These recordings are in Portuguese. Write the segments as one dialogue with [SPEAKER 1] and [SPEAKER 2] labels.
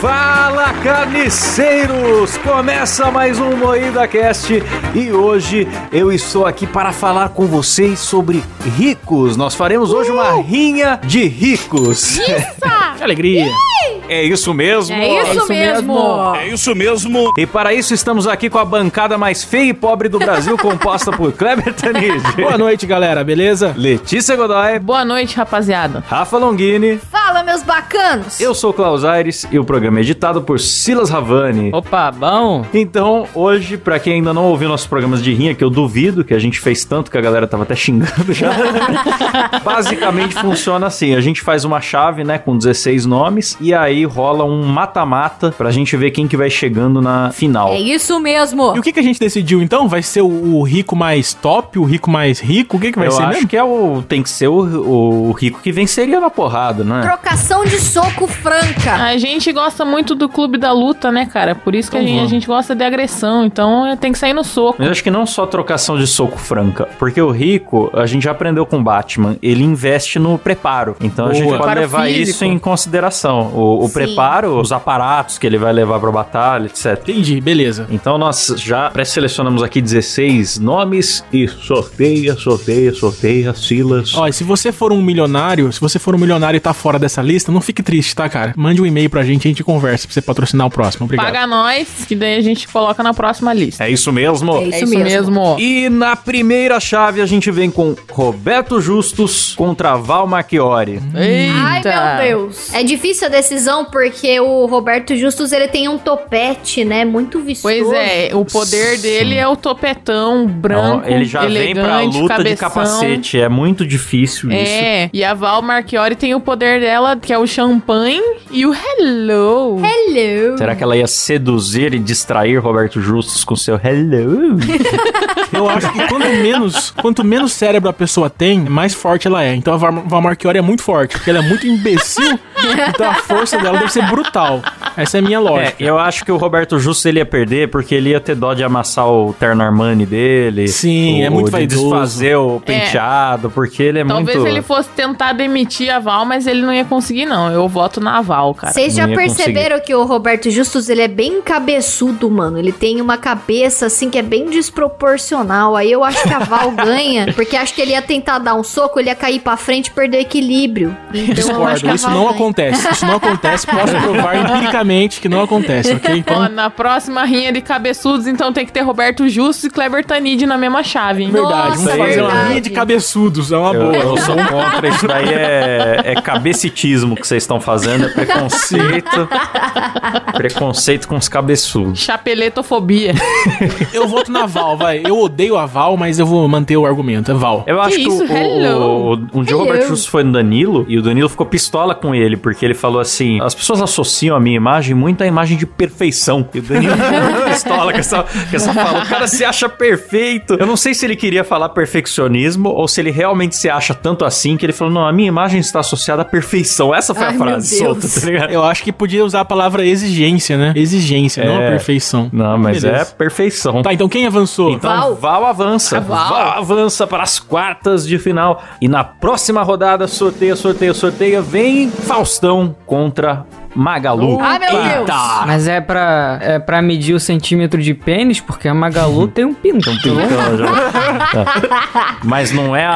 [SPEAKER 1] Fala carniceiros! Começa mais um Moída Cast e hoje eu estou aqui para falar com vocês sobre ricos. Nós faremos hoje uma rinha de ricos.
[SPEAKER 2] Uh! Isso!
[SPEAKER 3] Que alegria!
[SPEAKER 1] É isso mesmo?
[SPEAKER 2] É isso,
[SPEAKER 3] isso
[SPEAKER 2] mesmo.
[SPEAKER 3] mesmo.
[SPEAKER 4] É isso mesmo.
[SPEAKER 1] E para isso estamos aqui com a bancada mais feia e pobre do Brasil, composta por Kleber Tanid,
[SPEAKER 3] Boa noite, galera, beleza?
[SPEAKER 1] Letícia Godoy,
[SPEAKER 2] Boa noite, rapaziada.
[SPEAKER 1] Rafa Longini,
[SPEAKER 5] Fala, meus bacanos!
[SPEAKER 1] eu sou Klaus Aires e o programa é editado por Silas Ravani.
[SPEAKER 3] Opa, bom?
[SPEAKER 1] Então, hoje, pra quem ainda não ouviu nossos programas de rinha, que eu duvido, que a gente fez tanto que a galera tava até xingando já. Basicamente funciona assim: a gente faz uma chave, né, com 16 nomes, e aí rola um mata-mata pra gente ver quem que vai chegando na final.
[SPEAKER 5] É isso mesmo!
[SPEAKER 3] E o que, que a gente decidiu então? Vai ser o, o rico mais top, o rico mais rico? O que, que vai
[SPEAKER 1] eu
[SPEAKER 3] ser
[SPEAKER 1] acho
[SPEAKER 3] mesmo?
[SPEAKER 1] que é o, tem que ser o, o rico que venceria na porrada, né?
[SPEAKER 5] Trocação de soco franca!
[SPEAKER 2] A gente gosta muito do clube da luta, né, cara? Por isso que a,
[SPEAKER 1] Uhum.
[SPEAKER 2] gente, a gente gosta de agressão, então é, tem que sair no soco.
[SPEAKER 1] Mas eu acho que não só trocação de soco franca, porque o rico, a gente já aprendeu com o Batman, ele investe no preparo. Então a
[SPEAKER 3] Boa.
[SPEAKER 1] gente pode
[SPEAKER 2] Preparo
[SPEAKER 1] levar
[SPEAKER 2] físico.
[SPEAKER 1] isso em consideração. O, o
[SPEAKER 5] Sim.
[SPEAKER 1] preparo, os aparatos que ele vai levar pra batalha, etc.
[SPEAKER 3] Entendi, beleza.
[SPEAKER 1] Então nós já pré-selecionamos aqui 16 nomes e sorteia, sorteia, sorteia, Silas.
[SPEAKER 3] Ó, e se você for um milionário, se você for um milionário e tá fora dessa lista, não fique triste, tá, cara? Mande um e-mail pra gente, a gente conversa pra você patrocinar o próximo. Obrigado.
[SPEAKER 2] Paga nós, que daí a gente coloca na próxima lista.
[SPEAKER 1] É isso mesmo?
[SPEAKER 5] É isso mesmo.
[SPEAKER 1] E na primeira chave a gente vem com Roberto Justus contra Val Marchiori.
[SPEAKER 2] Eita.
[SPEAKER 5] Ai, meu Deus! É difícil a decisão porque o Roberto Justus ele tem um topete, né? Muito vistoso.
[SPEAKER 2] Pois é, o poder
[SPEAKER 1] Sim.
[SPEAKER 2] dele é o topetão branco,
[SPEAKER 1] Então, ele já vem pra
[SPEAKER 2] elegante,
[SPEAKER 1] luta de
[SPEAKER 2] cabeção.
[SPEAKER 1] capacete. É muito difícil isso.
[SPEAKER 2] É, e a Val Marchiori tem o poder dela, que é o champanhe e o hello. Tá
[SPEAKER 5] Hello!
[SPEAKER 1] Será que ela ia seduzir e distrair Roberto Justus com seu hello?
[SPEAKER 3] Eu acho que quanto menos, quanto menos cérebro a pessoa tem, mais forte ela é. Então a Val- Val Marchiori é muito forte, porque ela é muito imbecil, então a força dela deve ser brutal. Essa é a minha
[SPEAKER 1] é,
[SPEAKER 3] lógica.
[SPEAKER 1] eu acho que o Roberto Justus ele ia perder porque ele ia ter dó de amassar o terno Armani dele.
[SPEAKER 3] Sim,
[SPEAKER 1] o-
[SPEAKER 3] é muito
[SPEAKER 1] de
[SPEAKER 3] vaidoso.
[SPEAKER 1] desfazer o penteado, porque ele é
[SPEAKER 2] É. Talvez
[SPEAKER 1] muito...
[SPEAKER 2] ele fosse tentar demitir a Val, mas ele não ia conseguir, não. Eu voto na Val, cara.
[SPEAKER 5] Vocês já
[SPEAKER 1] não ia
[SPEAKER 5] perceberam que o Roberto Justus ele é bem cabeçudo, mano. Ele tem uma cabeça assim que é bem desproporcional. Aí eu acho que a Val ganha, porque acho que ele ia tentar dar um soco, ele ia cair pra frente e perder o equilíbrio. Então, eu acho que
[SPEAKER 3] Discordo,
[SPEAKER 5] a
[SPEAKER 3] isso
[SPEAKER 5] Val
[SPEAKER 3] não
[SPEAKER 5] ganha.
[SPEAKER 3] acontece. Isso não acontece, posso provar empiricamente que não acontece, ok?
[SPEAKER 2] Ó,
[SPEAKER 3] Então,
[SPEAKER 2] na próxima rinha de cabeçudos, então tem que ter Roberto Justo e Kleber Tanid na mesma chave, hein?
[SPEAKER 3] verdade,
[SPEAKER 5] Nossa,
[SPEAKER 3] vamos fazer uma
[SPEAKER 5] verdade.
[SPEAKER 3] linha de cabeçudos, é uma
[SPEAKER 1] Eu,
[SPEAKER 3] boa.
[SPEAKER 1] eu sou contra, isso daí é, é cabecitismo que vocês estão fazendo, é preconceito. preconceito com os cabeçudos.
[SPEAKER 2] Chapeletofobia.
[SPEAKER 3] Eu voto na Val, vai. Eu odeio a Val, mas eu vou manter o argumento, é Val.
[SPEAKER 1] Eu acho que,
[SPEAKER 2] isso,
[SPEAKER 1] o, o,
[SPEAKER 2] hello.
[SPEAKER 1] um dia o
[SPEAKER 5] Hello.
[SPEAKER 1] Robert Justus foi no Danilo e o Danilo ficou pistola com ele, porque ele falou assim: as pessoas associam a minha imagem muito à imagem de perfeição. E o Danilo ficou pistola com essa, com essa fala. O cara se acha perfeito. Eu não sei se ele queria falar perfeccionismo ou se ele realmente se acha tanto assim que ele falou: não, a minha imagem está associada à perfeição. Essa foi
[SPEAKER 5] Ai,
[SPEAKER 1] a
[SPEAKER 5] meu
[SPEAKER 1] frase
[SPEAKER 5] Deus.
[SPEAKER 1] solta, tá ligado?
[SPEAKER 3] Eu acho que podia usar a palavra exigência, né? Exigência, não a
[SPEAKER 1] É.
[SPEAKER 3] perfeição.
[SPEAKER 1] Não, mas
[SPEAKER 3] Beleza.
[SPEAKER 1] é perfeição.
[SPEAKER 3] Tá, então quem avançou?
[SPEAKER 1] Então, Val,
[SPEAKER 5] Val.
[SPEAKER 1] avança. Val. avança para as quartas de final. E na próxima rodada, sorteia, sorteia, sorteia. Vem Faustão contra Magalu.
[SPEAKER 5] Ai, meu
[SPEAKER 1] Eita!
[SPEAKER 5] Deus.
[SPEAKER 6] Mas é pra, é pra medir o centímetro de pênis, porque a Magalu tem um pinto.
[SPEAKER 1] Então, então, já- É. Mas não é a,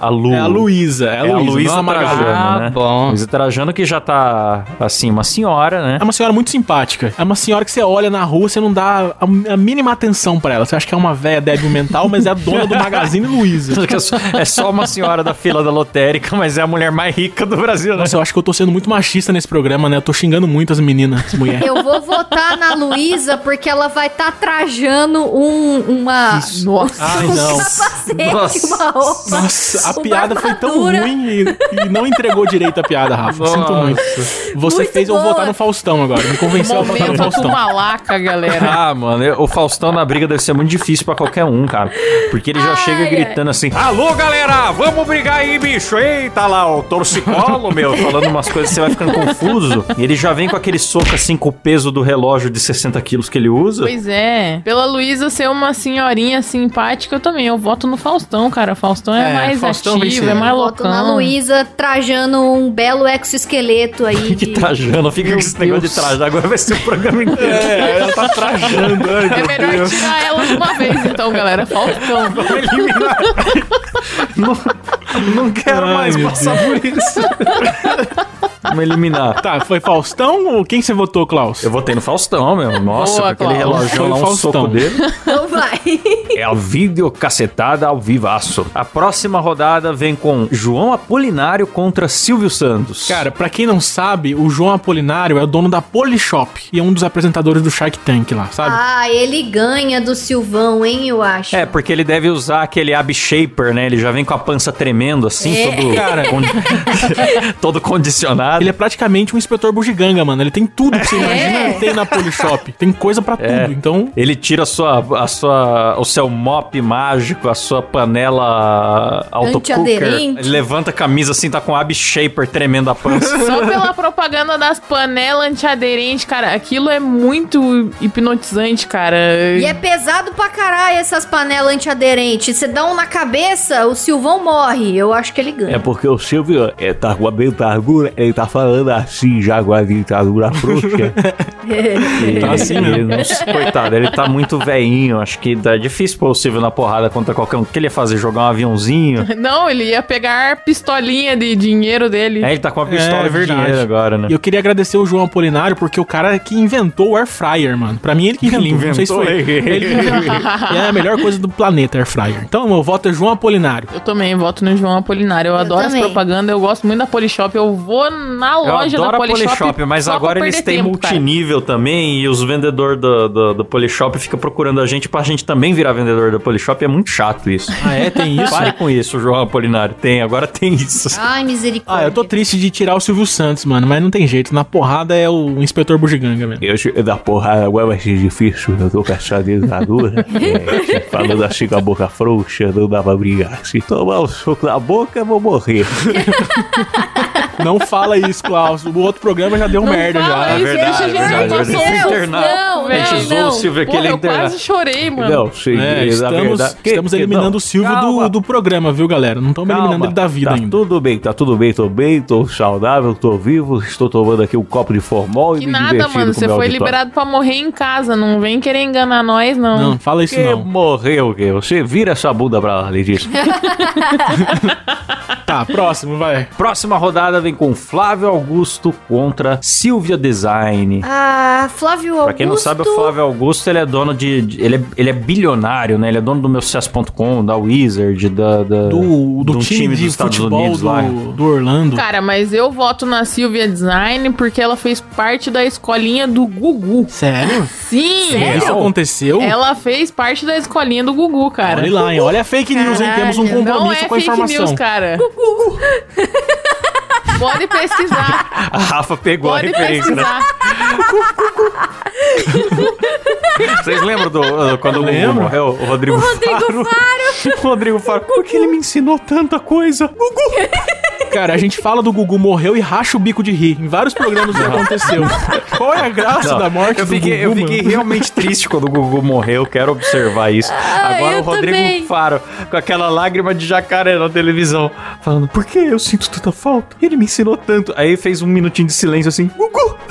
[SPEAKER 1] a, a Lu.
[SPEAKER 3] É a Luísa, é a Luísa. não a Magalu.
[SPEAKER 1] Trajano,
[SPEAKER 6] Ah,
[SPEAKER 1] né?
[SPEAKER 6] bom.
[SPEAKER 1] Luísa Trajano que já tá, assim, uma senhora, né?
[SPEAKER 3] É uma senhora muito simpática. É uma senhora que você olha na rua, você não dá a, a mínima atenção pra ela. Você acha que é uma velha débil mental, mas é a dona do Magazine Luiza.
[SPEAKER 1] É só uma senhora da fila da lotérica, mas é a mulher mais rica do Brasil, né?
[SPEAKER 3] Nossa, eu acho que eu tô sendo muito machista nesse programa, né? Eu tô xingando muito as meninas, as mulheres.
[SPEAKER 5] Eu vou votar na Luísa porque ela vai estar trajando um, uma.
[SPEAKER 2] Nossa.
[SPEAKER 3] Ai,
[SPEAKER 5] um
[SPEAKER 3] não.
[SPEAKER 5] capacete,
[SPEAKER 1] Nossa.
[SPEAKER 5] uma roupa.
[SPEAKER 3] Nossa, a
[SPEAKER 5] uma
[SPEAKER 3] piada foi tão
[SPEAKER 5] armadura.
[SPEAKER 3] ruim e, e não entregou direito a piada, Rafa. Sinto muito. Você
[SPEAKER 5] Muito
[SPEAKER 3] fez eu
[SPEAKER 5] boa.
[SPEAKER 3] votar no Faustão agora. Me convenceu a votar no
[SPEAKER 2] Momento com
[SPEAKER 3] Faustão.
[SPEAKER 2] malaca,
[SPEAKER 3] É.
[SPEAKER 2] galera.
[SPEAKER 1] Ah, mano, eu- o Faustão na briga deve ser muito difícil pra qualquer um, cara. Porque ele já chega gritando assim: Alô, galera, vamos brigar aí, bicho. Eita lá, o torcicolo, meu, falando umas coisas, você vai ficando confuso. peso. E ele já vem com aquele soco assim com o peso do relógio de 60 quilos que ele usa.
[SPEAKER 2] Pois é. Pela Luísa ser uma senhorinha simpática, eu também. Eu voto no Faustão, cara. Faustão é,
[SPEAKER 3] É,
[SPEAKER 2] mais
[SPEAKER 3] Faustão
[SPEAKER 2] ativo,
[SPEAKER 3] venceu.
[SPEAKER 2] é mais
[SPEAKER 5] Eu
[SPEAKER 2] loucão.
[SPEAKER 5] voto na Luísa trajando um belo exoesqueleto aí.
[SPEAKER 1] Fique
[SPEAKER 3] é.
[SPEAKER 5] de-
[SPEAKER 1] trajando, fica
[SPEAKER 6] Meu
[SPEAKER 1] com esse negócio de
[SPEAKER 6] Deus.
[SPEAKER 1] trajar. Agora vai ser o programa inteiro.
[SPEAKER 3] É, ela tá trajando, ai,
[SPEAKER 2] É
[SPEAKER 3] meu
[SPEAKER 2] melhor
[SPEAKER 3] Deus.
[SPEAKER 2] tirar ela de uma vez, então, galera. Faustão.
[SPEAKER 1] Não, não quero
[SPEAKER 3] Ai,
[SPEAKER 1] mais
[SPEAKER 3] meu
[SPEAKER 1] passar por isso. Vamos eliminar.
[SPEAKER 3] Tá, foi Faustão ou quem você votou, Klaus?
[SPEAKER 1] Eu votei no Faustão, meu. Nossa,
[SPEAKER 2] Boa,
[SPEAKER 1] com aquele
[SPEAKER 2] Cláudio.
[SPEAKER 1] relógio
[SPEAKER 3] Foi
[SPEAKER 1] lá, um
[SPEAKER 3] Faustão.
[SPEAKER 1] soco dele.
[SPEAKER 5] Então vai.
[SPEAKER 1] É a videocacetada ao vivaço. A próxima rodada vem com João Apolinário contra Silvio Santos.
[SPEAKER 3] Cara, pra quem não sabe, o João Apolinário é o dono da Polishop e é um dos apresentadores do Shark Tank lá, sabe?
[SPEAKER 5] Ah, ele ganha do Silvão, hein, eu acho.
[SPEAKER 1] É, porque ele deve usar aquele ab-shaper, né? Ele já vem com a pança tremendo, assim,
[SPEAKER 5] É.
[SPEAKER 1] todo,
[SPEAKER 3] Cara.
[SPEAKER 1] con- todo
[SPEAKER 5] Ah.
[SPEAKER 1] condicionado.
[SPEAKER 3] Ele é praticamente um inspetor bugiganga, mano. Ele tem tudo
[SPEAKER 5] É.
[SPEAKER 3] que você imagina que tem na Polishop. Tem coisa pra tudo. Então,
[SPEAKER 1] Ele tira a sua, a sua, o seu mop mágico, a sua panela autocooker.
[SPEAKER 5] Antiaderente.
[SPEAKER 1] Ele levanta a camisa assim, tá com ab shaper tremendo a pança.
[SPEAKER 2] Só pela propaganda das panelas antiaderentes, cara, aquilo é muito hipnotizante, cara.
[SPEAKER 5] E é pesado pra caralho essas panelas antiaderentes. Você dá um na cabeça, o Silvão morre. Eu acho que ele ganha.
[SPEAKER 4] É porque o Silvio é, tá com a meio targura, ele tá falando assim já com a ditadura frouxa.
[SPEAKER 1] E-
[SPEAKER 3] Tá assim
[SPEAKER 1] e-
[SPEAKER 3] mesmo.
[SPEAKER 1] nossa, Coitado, ele tá muito veinho. Acho que é difícil pôr o Silvio na porrada contra qualquer um. O que ele ia fazer? Jogar um aviãozinho?
[SPEAKER 2] Não, ele ia pegar pistolinha de dinheiro dele.
[SPEAKER 1] É, ele tá com uma pistola
[SPEAKER 3] É,
[SPEAKER 1] vermelha
[SPEAKER 3] verdade.
[SPEAKER 1] agora, né?
[SPEAKER 3] E eu queria agradecer o João Apolinário, porque o cara é que inventou o air fryer, mano. Pra mim, ele que inventou. não sei se
[SPEAKER 1] inventou,
[SPEAKER 3] foi.
[SPEAKER 1] hein?
[SPEAKER 3] Ele inventou. E é a melhor coisa do planeta, air fryer. Então, meu voto é João Apolinário.
[SPEAKER 2] Eu também voto no João Apolinário. Eu, adoro
[SPEAKER 5] também.
[SPEAKER 2] as propagandas, eu gosto muito da Polishop. Eu vou na
[SPEAKER 1] Eu
[SPEAKER 2] loja
[SPEAKER 1] adoro
[SPEAKER 2] da
[SPEAKER 1] a
[SPEAKER 2] Polishop.
[SPEAKER 1] Polishop, mas
[SPEAKER 2] só pra
[SPEAKER 1] agora eles
[SPEAKER 2] perder
[SPEAKER 1] têm
[SPEAKER 2] tempo, cara.
[SPEAKER 1] multinível também e os vendedores do, do, do Polishop ficam procurando a gente pra gente também virar vendedor da Polishop. É muito chato isso.
[SPEAKER 3] Ah, é? Tem isso?
[SPEAKER 1] Pare com isso, João Apolinário. Tem, agora tem isso.
[SPEAKER 5] Ai, misericórdia.
[SPEAKER 3] Ah, eu tô triste de tirar o Silvio Santos, mano, mas não tem jeito. Na porrada é o inspetor bugiganga, velho.
[SPEAKER 4] Eu che- da porra, é, agora vai ser difícil, eu tô cansado de ditadura. É, falando assim com a boca frouxa, não dá pra brigar. Se tomar um soco na boca, eu vou morrer.
[SPEAKER 3] Não fala isso, Klaus. O outro programa já deu
[SPEAKER 2] Não
[SPEAKER 3] merda
[SPEAKER 2] fala
[SPEAKER 3] já.
[SPEAKER 2] isso. verdade, verdade,
[SPEAKER 1] É verdade. Internauta.
[SPEAKER 5] Não,
[SPEAKER 1] A gente
[SPEAKER 5] não,
[SPEAKER 1] zoou o
[SPEAKER 5] não.
[SPEAKER 1] Silvio aqui,
[SPEAKER 2] Porra,
[SPEAKER 1] ele é
[SPEAKER 2] eu
[SPEAKER 1] internado.
[SPEAKER 2] quase chorei, mano.
[SPEAKER 4] Não, sim,
[SPEAKER 3] É, estamos, estamos eliminando o Silvio do, do programa, viu, galera? Não estamos eliminando ele da vida
[SPEAKER 4] tá
[SPEAKER 3] ainda.
[SPEAKER 4] tudo bem, tá tudo bem, tô bem, tô saudável, tô vivo, estou tomando aqui um copo de formol e
[SPEAKER 2] Que
[SPEAKER 4] me
[SPEAKER 2] nada,
[SPEAKER 4] divertindo
[SPEAKER 2] mano.
[SPEAKER 4] com
[SPEAKER 2] Você
[SPEAKER 4] meu
[SPEAKER 2] foi
[SPEAKER 4] auditório.
[SPEAKER 2] liberado pra morrer em casa. Não vem querer enganar nós, não.
[SPEAKER 3] Não, fala isso
[SPEAKER 4] Que
[SPEAKER 3] não.
[SPEAKER 4] morreu, que você vira essa bunda pra lá, Letícia.
[SPEAKER 3] Tá, próximo, vai.
[SPEAKER 1] Próxima rodada vem com Flávio Augusto contra Silvia Design.
[SPEAKER 5] Ah, Flávio Augusto.
[SPEAKER 1] Pra quem não sabe, o Flávio Augusto, ele é dono de... de- Ele é, ele é bilionário, né? Ele é dono do meu sucesso.com, da Wizard, da... da
[SPEAKER 3] Do, do
[SPEAKER 1] um
[SPEAKER 3] time,
[SPEAKER 1] time dos
[SPEAKER 3] de
[SPEAKER 1] Estados
[SPEAKER 3] futebol
[SPEAKER 1] Unidos
[SPEAKER 3] do,
[SPEAKER 1] lá.
[SPEAKER 3] do Orlando.
[SPEAKER 2] Cara, mas eu voto na Silvia Design porque ela fez parte da escolinha do Gugu.
[SPEAKER 3] Sério?
[SPEAKER 2] Sim!
[SPEAKER 3] Isso aconteceu?
[SPEAKER 2] Ela fez parte da escolinha do Gugu, É cara.
[SPEAKER 3] Olha lá, hein? Olha a fake news, hein? Temos um
[SPEAKER 5] Caralho,
[SPEAKER 3] compromisso
[SPEAKER 2] Não é
[SPEAKER 3] com a
[SPEAKER 2] fake
[SPEAKER 3] informação.
[SPEAKER 2] news, cara. Gugu. Pode pesquisar.
[SPEAKER 1] A Rafa pegou a
[SPEAKER 2] pode
[SPEAKER 1] referência, né?
[SPEAKER 2] pesquisar.
[SPEAKER 1] Vocês lembram do, uh, quando o Gugu
[SPEAKER 3] Lembro.
[SPEAKER 1] morreu? O Rodrigo, o Rodrigo Faro. o Rodrigo Faro. Por que ele me ensinou é tanta coisa?
[SPEAKER 3] Cara, a gente fala do Gugu morreu e racha o bico de rir. Em vários programas isso aconteceu. Qual é a graça
[SPEAKER 1] Não,
[SPEAKER 3] da morte
[SPEAKER 1] eu
[SPEAKER 3] do
[SPEAKER 1] fiquei,
[SPEAKER 3] Gugu,
[SPEAKER 1] eu fiquei
[SPEAKER 3] mano?
[SPEAKER 1] realmente triste quando o Gugu morreu, quero observar isso. Agora
[SPEAKER 5] Ah, eu
[SPEAKER 1] o Rodrigo
[SPEAKER 5] também.
[SPEAKER 1] Faro, com aquela lágrima de jacaré na televisão, falando, por que eu sinto tanta falta? Ele me ensinou tanto. Aí fez um minutinho de silêncio assim, Gugu!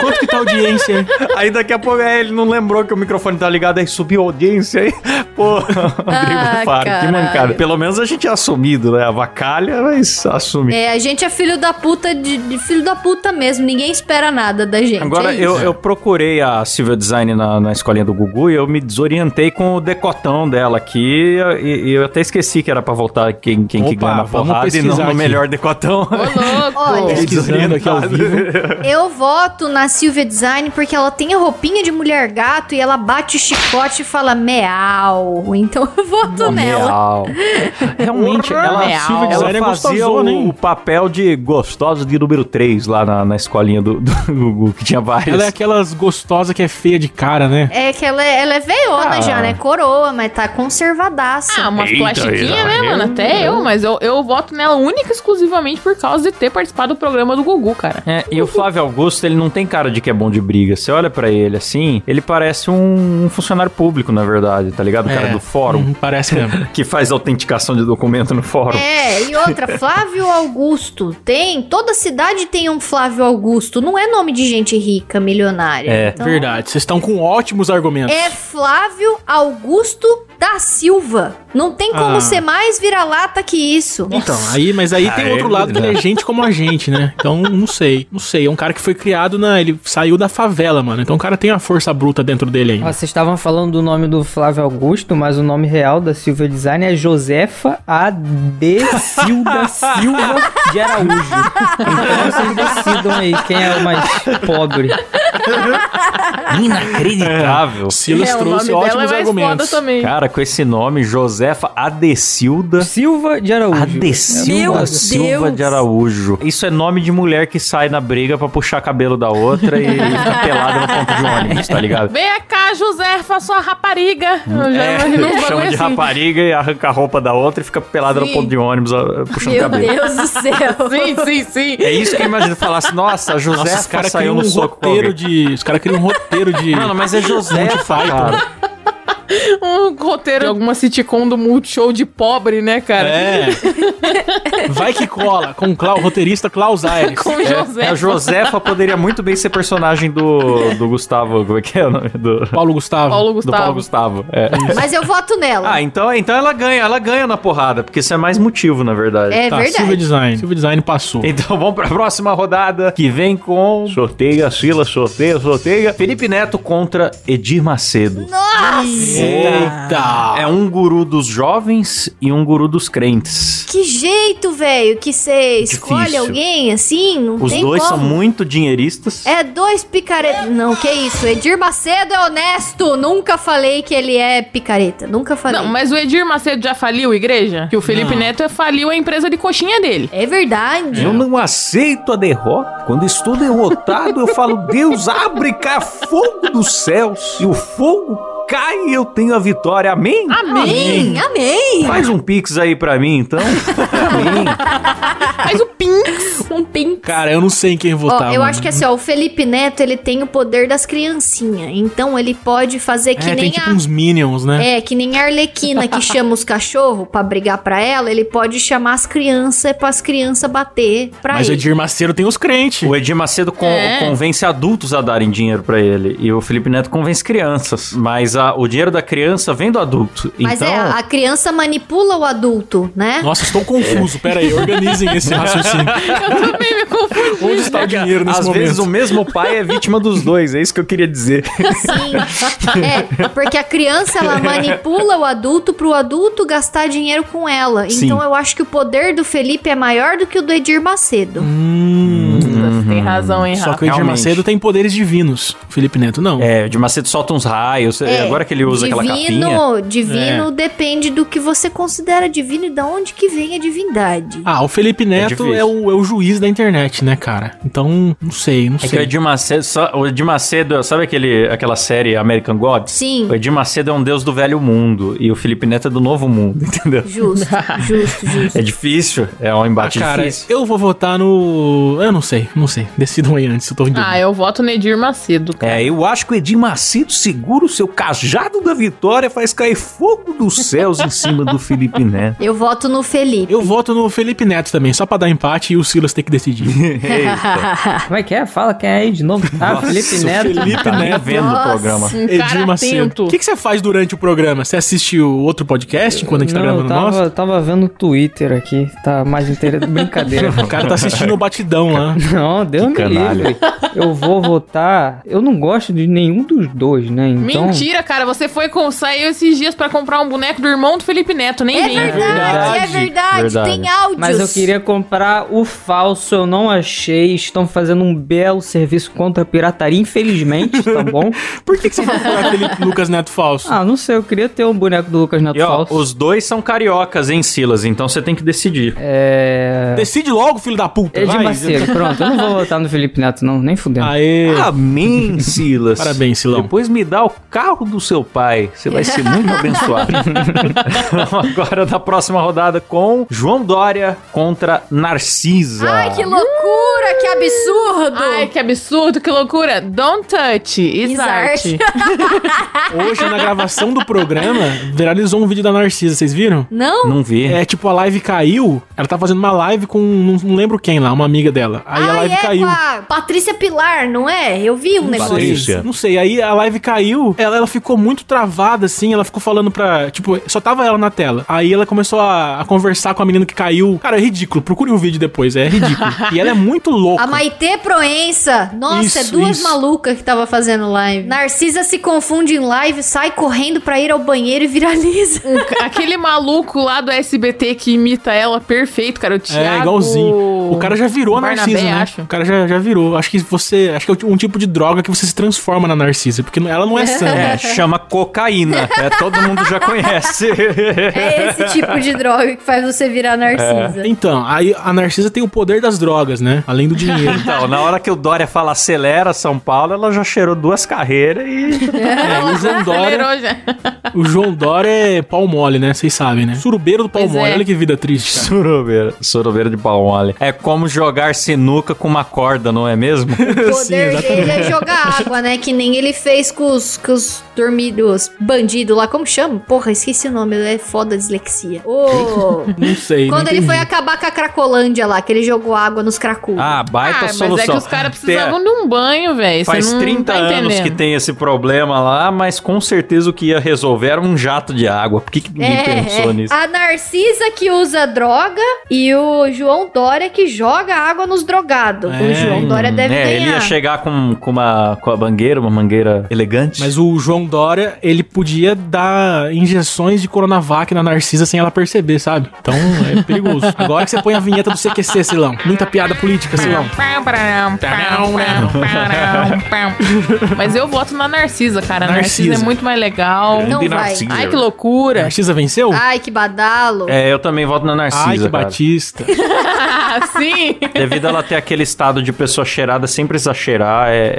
[SPEAKER 3] Quanto que tá a audiência, hein?
[SPEAKER 1] Aí daqui a pouco é, ele não lembrou que o microfone tá ligado, aí subiu a audiência aí. Pô, Rodrigo
[SPEAKER 5] Ah,
[SPEAKER 1] Faro, que
[SPEAKER 5] caralho.
[SPEAKER 1] mancada. Pelo menos a gente é assumido, né? A vacalha, mas assume.
[SPEAKER 5] É, a gente é filho da puta de, de filho da puta mesmo. Ninguém espera nada da gente.
[SPEAKER 1] Agora,
[SPEAKER 5] é isso.
[SPEAKER 1] eu, eu procurei a Silvia Design na, na escolinha do Gugu e eu me desorientei com o decotão dela aqui. E, e eu até esqueci que era pra voltar quem, quem que
[SPEAKER 3] Opa,
[SPEAKER 1] ganha na
[SPEAKER 3] vamos
[SPEAKER 1] porrada e não
[SPEAKER 3] pesquisar
[SPEAKER 1] no
[SPEAKER 3] aqui.
[SPEAKER 1] melhor decotão.
[SPEAKER 2] Ô, louco.
[SPEAKER 5] Olha.
[SPEAKER 1] Fiquei
[SPEAKER 3] Pesquisando aqui ao
[SPEAKER 1] desorientado.
[SPEAKER 3] vivo.
[SPEAKER 5] Eu voto na Silvia nível design porque ela tem a roupinha de mulher gato e ela bate o chicote e fala meau. Então eu voto nela.
[SPEAKER 1] Real. Realmente, ela,
[SPEAKER 2] Real.
[SPEAKER 1] Silvia
[SPEAKER 2] Ela
[SPEAKER 1] Design é fazia
[SPEAKER 3] gostosona,
[SPEAKER 1] o,
[SPEAKER 3] hein?
[SPEAKER 1] o papel de gostosa de número 3 lá na, na escolinha do, do Gugu, que tinha várias.
[SPEAKER 3] Ela é aquelas gostosas que é feia de cara, né?
[SPEAKER 5] É que ela, é- ela é veiona
[SPEAKER 1] Ah.
[SPEAKER 5] já, né? Coroa, mas tá conservadaça.
[SPEAKER 2] Ah, umas
[SPEAKER 1] Eita,
[SPEAKER 2] plastiquinhas,
[SPEAKER 1] Isa,
[SPEAKER 2] né,
[SPEAKER 1] eu-
[SPEAKER 2] mano? Até eu, mas eu, eu voto nela única e exclusivamente por causa de ter participado do programa do Gugu, cara.
[SPEAKER 1] É, e o Flávio Augusto, ele não tem cara de que é bom de briga. Você olha pra ele assim, ele parece um, um funcionário público, na verdade, tá ligado? O cara
[SPEAKER 3] É.
[SPEAKER 1] do fórum,
[SPEAKER 3] Hum, parece mesmo.
[SPEAKER 1] que faz autenticação de documento no fórum.
[SPEAKER 5] É, e outra, Flávio Augusto. Tem, toda cidade tem um Flávio Augusto. Não é nome de gente rica, milionária.
[SPEAKER 1] É,
[SPEAKER 5] Então,
[SPEAKER 3] Verdade. Vocês estão com ótimos argumentos.
[SPEAKER 5] É Flávio Augusto da Silva. Não tem como
[SPEAKER 3] Ah.
[SPEAKER 5] ser mais vira-lata que isso.
[SPEAKER 3] Então, aí, mas aí tem
[SPEAKER 1] Aí,
[SPEAKER 3] outro lado que ele é
[SPEAKER 1] né?
[SPEAKER 3] gente como a gente, né? Então, não sei. Não sei. É um cara que foi criado na. Ele saiu da favela, mano. Então o cara tem a força bruta dentro dele
[SPEAKER 6] Ó,
[SPEAKER 3] ainda.
[SPEAKER 6] Vocês estavam falando do nome do Flávio Augusto, mas o nome real da Silvia Design é Josefa Adecil da Silva de Araújo. Então vocês decidam aí quem é o mais pobre.
[SPEAKER 1] Inacreditável.
[SPEAKER 3] O Silas
[SPEAKER 2] É, o nome
[SPEAKER 3] trouxe
[SPEAKER 2] dela é
[SPEAKER 3] ótimos
[SPEAKER 2] mais foda
[SPEAKER 3] argumentos.
[SPEAKER 2] também.
[SPEAKER 1] É. Cara, com esse nome, Josefa Adecilda.
[SPEAKER 6] Silva de Araújo.
[SPEAKER 1] Adecilda
[SPEAKER 7] Meu
[SPEAKER 1] Silva
[SPEAKER 7] Deus.
[SPEAKER 1] de Araújo. Isso é nome de mulher que sai na briga pra puxar cabelo da outra e fica pelada no ponto de ônibus, tá ligado?
[SPEAKER 2] Vem cá, Josefa, sua rapariga. Eu já imagino um
[SPEAKER 1] É, chama
[SPEAKER 2] bagulho
[SPEAKER 1] de
[SPEAKER 2] assim.
[SPEAKER 1] rapariga e arranca a roupa da outra e fica pelada no
[SPEAKER 2] Sim.
[SPEAKER 1] ponto de ônibus ah, puxando
[SPEAKER 5] Meu
[SPEAKER 1] cabelo.
[SPEAKER 5] Deus do céu.
[SPEAKER 2] Sim, sim, sim.
[SPEAKER 1] É isso que eu imagino falasse, nossa, a
[SPEAKER 3] Nossa, os
[SPEAKER 1] Josefa
[SPEAKER 3] caras
[SPEAKER 1] saiu
[SPEAKER 3] criam um
[SPEAKER 1] no soco com
[SPEAKER 3] roteiro
[SPEAKER 1] alguém.
[SPEAKER 3] de. Os caras criam um roteiro de.
[SPEAKER 1] Mano, mas é Josefa,
[SPEAKER 3] Monty Python.
[SPEAKER 1] cara.
[SPEAKER 2] Um roteiro de alguma sitcom do Multishow de pobre, né, cara?
[SPEAKER 3] É. Vai que cola com o Clau- roteirista Klaus Aires.
[SPEAKER 2] Com José.
[SPEAKER 1] É, a Josefa poderia muito bem ser personagem do, do Gustavo, como é que é o nome? Do,
[SPEAKER 3] Paulo Gustavo.
[SPEAKER 2] Paulo
[SPEAKER 1] do
[SPEAKER 2] Gustavo.
[SPEAKER 1] Paulo Gustavo. É.
[SPEAKER 5] Mas eu voto nela.
[SPEAKER 1] Ah, então, então ela ganha, ela ganha na porrada, porque isso é mais motivo, na verdade.
[SPEAKER 5] é
[SPEAKER 3] tá, Silvia
[SPEAKER 5] verdade.
[SPEAKER 3] Design. Silvia Design passou.
[SPEAKER 1] Então vamos pra próxima rodada, que vem com
[SPEAKER 4] Sorteia, Silas, sorteia, sorteia.
[SPEAKER 1] Felipe Neto contra Edir Macedo.
[SPEAKER 5] Nossa,
[SPEAKER 3] Eita!
[SPEAKER 1] É um guru dos jovens e um guru dos crentes.
[SPEAKER 5] que jeito, velho, que você escolhe
[SPEAKER 1] Difícil.
[SPEAKER 5] alguém assim, não
[SPEAKER 1] Os
[SPEAKER 5] tem
[SPEAKER 1] dois
[SPEAKER 5] como.
[SPEAKER 1] são muito dinheiristas.
[SPEAKER 5] É dois picareta. Não, que isso. Edir Macedo é honesto. Nunca falei que ele é picareta. Nunca falei.
[SPEAKER 2] Não, mas o Edir Macedo já faliu a igreja? Que o Felipe
[SPEAKER 3] Não.
[SPEAKER 2] Neto faliu a empresa de coxinha dele.
[SPEAKER 5] É verdade.
[SPEAKER 1] Eu não aceito a derrota. Quando estou derrotado, eu falo: Deus, abre cá fogo dos céus. E o fogo cai e eu tenho a vitória. Amém?
[SPEAKER 2] Amém!
[SPEAKER 5] Amém, amém.
[SPEAKER 1] Faz um pix aí pra mim, então. Amém.
[SPEAKER 2] Faz o Pinks! Um Pinks.
[SPEAKER 3] Cara, eu não sei em quem
[SPEAKER 5] Ó,
[SPEAKER 3] votar.
[SPEAKER 5] eu
[SPEAKER 3] mano.
[SPEAKER 5] acho que assim, ó, o Felipe Neto, ele tem o poder das criancinhas. Então ele pode fazer que
[SPEAKER 3] é,
[SPEAKER 5] nem
[SPEAKER 3] tem tipo
[SPEAKER 5] a.
[SPEAKER 3] uns Minions, né?
[SPEAKER 5] É, que nem a Arlequina que chama os cachorros pra brigar pra ela, ele pode chamar as crianças para as crianças bater pra
[SPEAKER 3] Mas o
[SPEAKER 5] ele.
[SPEAKER 3] Edir Macedo tem os crentes.
[SPEAKER 1] O Edir Macedo con-
[SPEAKER 2] É.
[SPEAKER 1] convence adultos a darem dinheiro pra ele. E o Felipe Neto convence crianças. Mas a- o dinheiro da criança vem do adulto.
[SPEAKER 5] Mas
[SPEAKER 1] então.
[SPEAKER 5] é, a criança manipula o adulto, né?
[SPEAKER 3] Nossa, estou confuso. Pera aí, organizem esse raciocínio.
[SPEAKER 2] Eu também me confundi.
[SPEAKER 3] Onde está o dinheiro nesse
[SPEAKER 1] Às
[SPEAKER 3] momento?
[SPEAKER 1] vezes o mesmo pai é vítima dos dois, é isso que eu queria dizer.
[SPEAKER 5] Sim. É, porque a criança ela manipula o adulto pro adulto gastar dinheiro com ela.
[SPEAKER 1] Sim.
[SPEAKER 5] Então eu acho que o poder do Felipe é maior do que o do Edir Macedo.
[SPEAKER 3] Hum,
[SPEAKER 2] Você tem razão, hein,
[SPEAKER 3] só
[SPEAKER 2] Rafa?
[SPEAKER 3] que o Edir
[SPEAKER 1] Realmente.
[SPEAKER 3] Macedo tem poderes divinos. O Felipe Neto não.
[SPEAKER 1] É, o de Macedo solta uns raios.
[SPEAKER 5] É,
[SPEAKER 1] agora que ele usa aquela capinha.
[SPEAKER 5] divino,
[SPEAKER 6] É.
[SPEAKER 5] divino depende do que você considera divino e da onde que vem a divindade.
[SPEAKER 3] Ah, o Felipe Neto
[SPEAKER 1] difícil.
[SPEAKER 3] é, o, é o juiz da internet, né, cara? Então, não sei, não
[SPEAKER 1] É que o
[SPEAKER 3] sei.
[SPEAKER 1] Edir Macedo, só- o Edir Macedo, sabe aquele, aquela série American Gods?
[SPEAKER 5] Sim.
[SPEAKER 1] O Edir Macedo é um deus do velho mundo e o Felipe Neto é do novo mundo, entendeu?
[SPEAKER 5] Justo, justo, justo.
[SPEAKER 1] É difícil, é um
[SPEAKER 3] Ah,
[SPEAKER 1] embate
[SPEAKER 3] cara,
[SPEAKER 1] difícil.
[SPEAKER 3] eu vou votar no. Eu não sei, não sei. Decidam aí antes, eu tô em dúvida.
[SPEAKER 2] Ah, eu voto no Edir Macedo.
[SPEAKER 1] É, eu acho que o Edir Macedo segura o seu cajado da vitória, faz cair fogo dos céus em cima do Felipe Neto.
[SPEAKER 5] Eu voto no Felipe.
[SPEAKER 3] Eu voto no Felipe Neto também, só pra dar empate e o Silas tem que decidir.
[SPEAKER 6] Como é que é? Fala quem é aí de novo. Ah, Felipe Neto.
[SPEAKER 1] Felipe Neto. tá vendo o
[SPEAKER 5] Nossa.
[SPEAKER 1] programa.
[SPEAKER 2] Um cara atento.
[SPEAKER 3] O É. que, que você faz durante o programa? Você assiste o outro podcast enquanto a gente tá
[SPEAKER 6] Não, eu
[SPEAKER 3] gravando o
[SPEAKER 6] tava,
[SPEAKER 3] nosso?
[SPEAKER 6] tava vendo o Twitter aqui. Tá mais inteiro. Brincadeira.
[SPEAKER 3] O cara tá assistindo o batidão lá.
[SPEAKER 6] Não, Deus me
[SPEAKER 4] canalha.
[SPEAKER 6] livre. Eu vou votar. Eu não gosto de nenhum dos dois, né? Então.
[SPEAKER 2] Mentira, cara. Você foi com, saiu esses dias pra comprar um boneco do irmão do Felipe Neto, nem
[SPEAKER 5] É
[SPEAKER 2] vem.
[SPEAKER 5] verdade, é verdade,
[SPEAKER 1] Verdade.
[SPEAKER 5] tem áudios.
[SPEAKER 6] Mas eu queria comprar o falso, eu não achei. Estão fazendo um belo serviço contra a pirataria, infelizmente, tá bom?
[SPEAKER 3] Por que, que você foi procurar aquele Lucas Neto falso?
[SPEAKER 6] Ah, não sei, eu queria ter um boneco do Lucas Neto
[SPEAKER 1] E ó,
[SPEAKER 6] falso.
[SPEAKER 1] os dois são cariocas, hein, Silas? Então você tem que decidir.
[SPEAKER 6] É.
[SPEAKER 3] Decide logo, filho da puta.
[SPEAKER 6] Edir
[SPEAKER 3] vai.
[SPEAKER 6] Macedo, pronto. Eu não vou votar no Felipe Neto, não, nem fudendo.
[SPEAKER 3] Aê.
[SPEAKER 1] Amém, Silas.
[SPEAKER 3] Parabéns, Silão.
[SPEAKER 1] Depois me dá o carro do seu pai. Você vai ser muito abençoado. Agora da próxima rodada com João Dória contra Narcisa.
[SPEAKER 5] Ai, que loucura, que absurdo.
[SPEAKER 2] Ai, que absurdo, que loucura. Don't touch, is,
[SPEAKER 5] Is
[SPEAKER 2] art.
[SPEAKER 3] Hoje, na gravação do programa, viralizou um vídeo da Narcisa, vocês viram?
[SPEAKER 5] Não?
[SPEAKER 1] Não vi.
[SPEAKER 3] É, tipo, a live caiu. Ela tá fazendo uma live com um, não, não lembro quem lá, uma amiga dela. Aí a
[SPEAKER 5] Ai,
[SPEAKER 3] live
[SPEAKER 5] é
[SPEAKER 3] caiu.
[SPEAKER 5] com a Patrícia Pilar, não é? Eu vi um negócio.
[SPEAKER 4] Patrícia.
[SPEAKER 3] Não sei, aí a live caiu, ela, ela ficou muito travada, assim, ela ficou falando pra. Tipo, só tava ela na tela. Aí ela começou a, a conversar com a menina que caiu. Cara, é ridículo. Procure o vídeo depois, é ridículo. e ela é muito louca.
[SPEAKER 5] A Maitê Proença. Nossa,
[SPEAKER 3] Isso,
[SPEAKER 5] é duas
[SPEAKER 3] isso.
[SPEAKER 5] malucas que tava fazendo live. Narcisa se confunde em live, sai correndo pra ir ao banheiro e viraliza.
[SPEAKER 2] Aquele maluco lá do SBT que imita ela perfeito, cara. O
[SPEAKER 3] É,
[SPEAKER 2] Thiago...
[SPEAKER 3] igualzinho. O cara já virou a
[SPEAKER 2] Barnabé,
[SPEAKER 3] Narcisa, né?
[SPEAKER 2] acho.
[SPEAKER 3] O cara já, já virou. Acho que você. Acho que é um tipo de droga que você se transforma na Narcisa. Porque ela não é sã.
[SPEAKER 1] É, chama cocaína. É, todo mundo já conhece.
[SPEAKER 5] É esse tipo de droga que faz você virar Narcisa.
[SPEAKER 3] Então, aí a Narcisa tem o poder das drogas, né? Além do dinheiro.
[SPEAKER 1] Então, na hora que o Dória fala acelera São Paulo, ela já cheirou duas carreiras e.
[SPEAKER 3] É, o João Dória,
[SPEAKER 2] Acelerou já.
[SPEAKER 3] o João Dória é pau mole, né? Vocês sabem, né? Surubeiro do pau
[SPEAKER 2] Pois
[SPEAKER 3] mole.
[SPEAKER 2] é.
[SPEAKER 3] Olha que vida triste. cara.
[SPEAKER 1] Sorobeira. Sorobeira de pau mole. É como jogar sinuca com uma corda, não é mesmo?
[SPEAKER 5] O
[SPEAKER 3] Sim,
[SPEAKER 5] poder
[SPEAKER 3] exatamente.
[SPEAKER 5] dele é jogar água, né? Que nem ele fez com os, com os dormidos bandidos lá. Como chama? Porra, esqueci o nome. É foda a dislexia. Ô,
[SPEAKER 3] Não sei. né?
[SPEAKER 5] Quando
[SPEAKER 3] não
[SPEAKER 5] ele
[SPEAKER 3] entendi.
[SPEAKER 5] foi acabar com a Cracolândia lá, que ele jogou água nos cracudos.
[SPEAKER 1] Ah, baita
[SPEAKER 2] Ah, mas
[SPEAKER 1] solução.
[SPEAKER 2] é que os caras
[SPEAKER 1] Te-
[SPEAKER 2] precisavam de um banho, velho. Você
[SPEAKER 1] Faz
[SPEAKER 2] não
[SPEAKER 1] 30
[SPEAKER 2] tá
[SPEAKER 1] anos
[SPEAKER 2] entendendo.
[SPEAKER 1] que tem esse problema lá, mas com certeza o que ia resolver era um jato de água. Por que, que ninguém
[SPEAKER 2] É,
[SPEAKER 1] pensou nisso?
[SPEAKER 5] É,
[SPEAKER 2] Ah,
[SPEAKER 5] A Narcisa que usa droga e o João Dória que joga água nos drogados.
[SPEAKER 3] É,
[SPEAKER 5] o João Dória deve
[SPEAKER 1] é, ele ia
[SPEAKER 5] ganhar.
[SPEAKER 1] chegar com, com, uma, com a mangueira, uma mangueira elegante.
[SPEAKER 3] Mas o João Dória, ele podia dar injeções de Coronavac na Narcisa sem ela perceber, sabe? Então é perigoso. Agora que você põe a vinheta do CQC, Silão. Muita piada política,
[SPEAKER 1] É.
[SPEAKER 3] Silão.
[SPEAKER 2] Mas eu voto na Narcisa, cara. A Narcisa,
[SPEAKER 3] Narcisa.
[SPEAKER 2] é muito mais legal.
[SPEAKER 5] Não
[SPEAKER 1] Grande
[SPEAKER 5] vai.
[SPEAKER 1] Narcisa.
[SPEAKER 2] Ai, que loucura.
[SPEAKER 3] Narcisa venceu?
[SPEAKER 5] Ai, que badalo.
[SPEAKER 1] É, eu também voto na Narcisa.
[SPEAKER 3] Ai, que
[SPEAKER 1] cara.
[SPEAKER 3] Batista.
[SPEAKER 2] Ah, sim.
[SPEAKER 1] Devido a ela ter aquele estado de pessoa cheirada, sem precisar cheirar, é,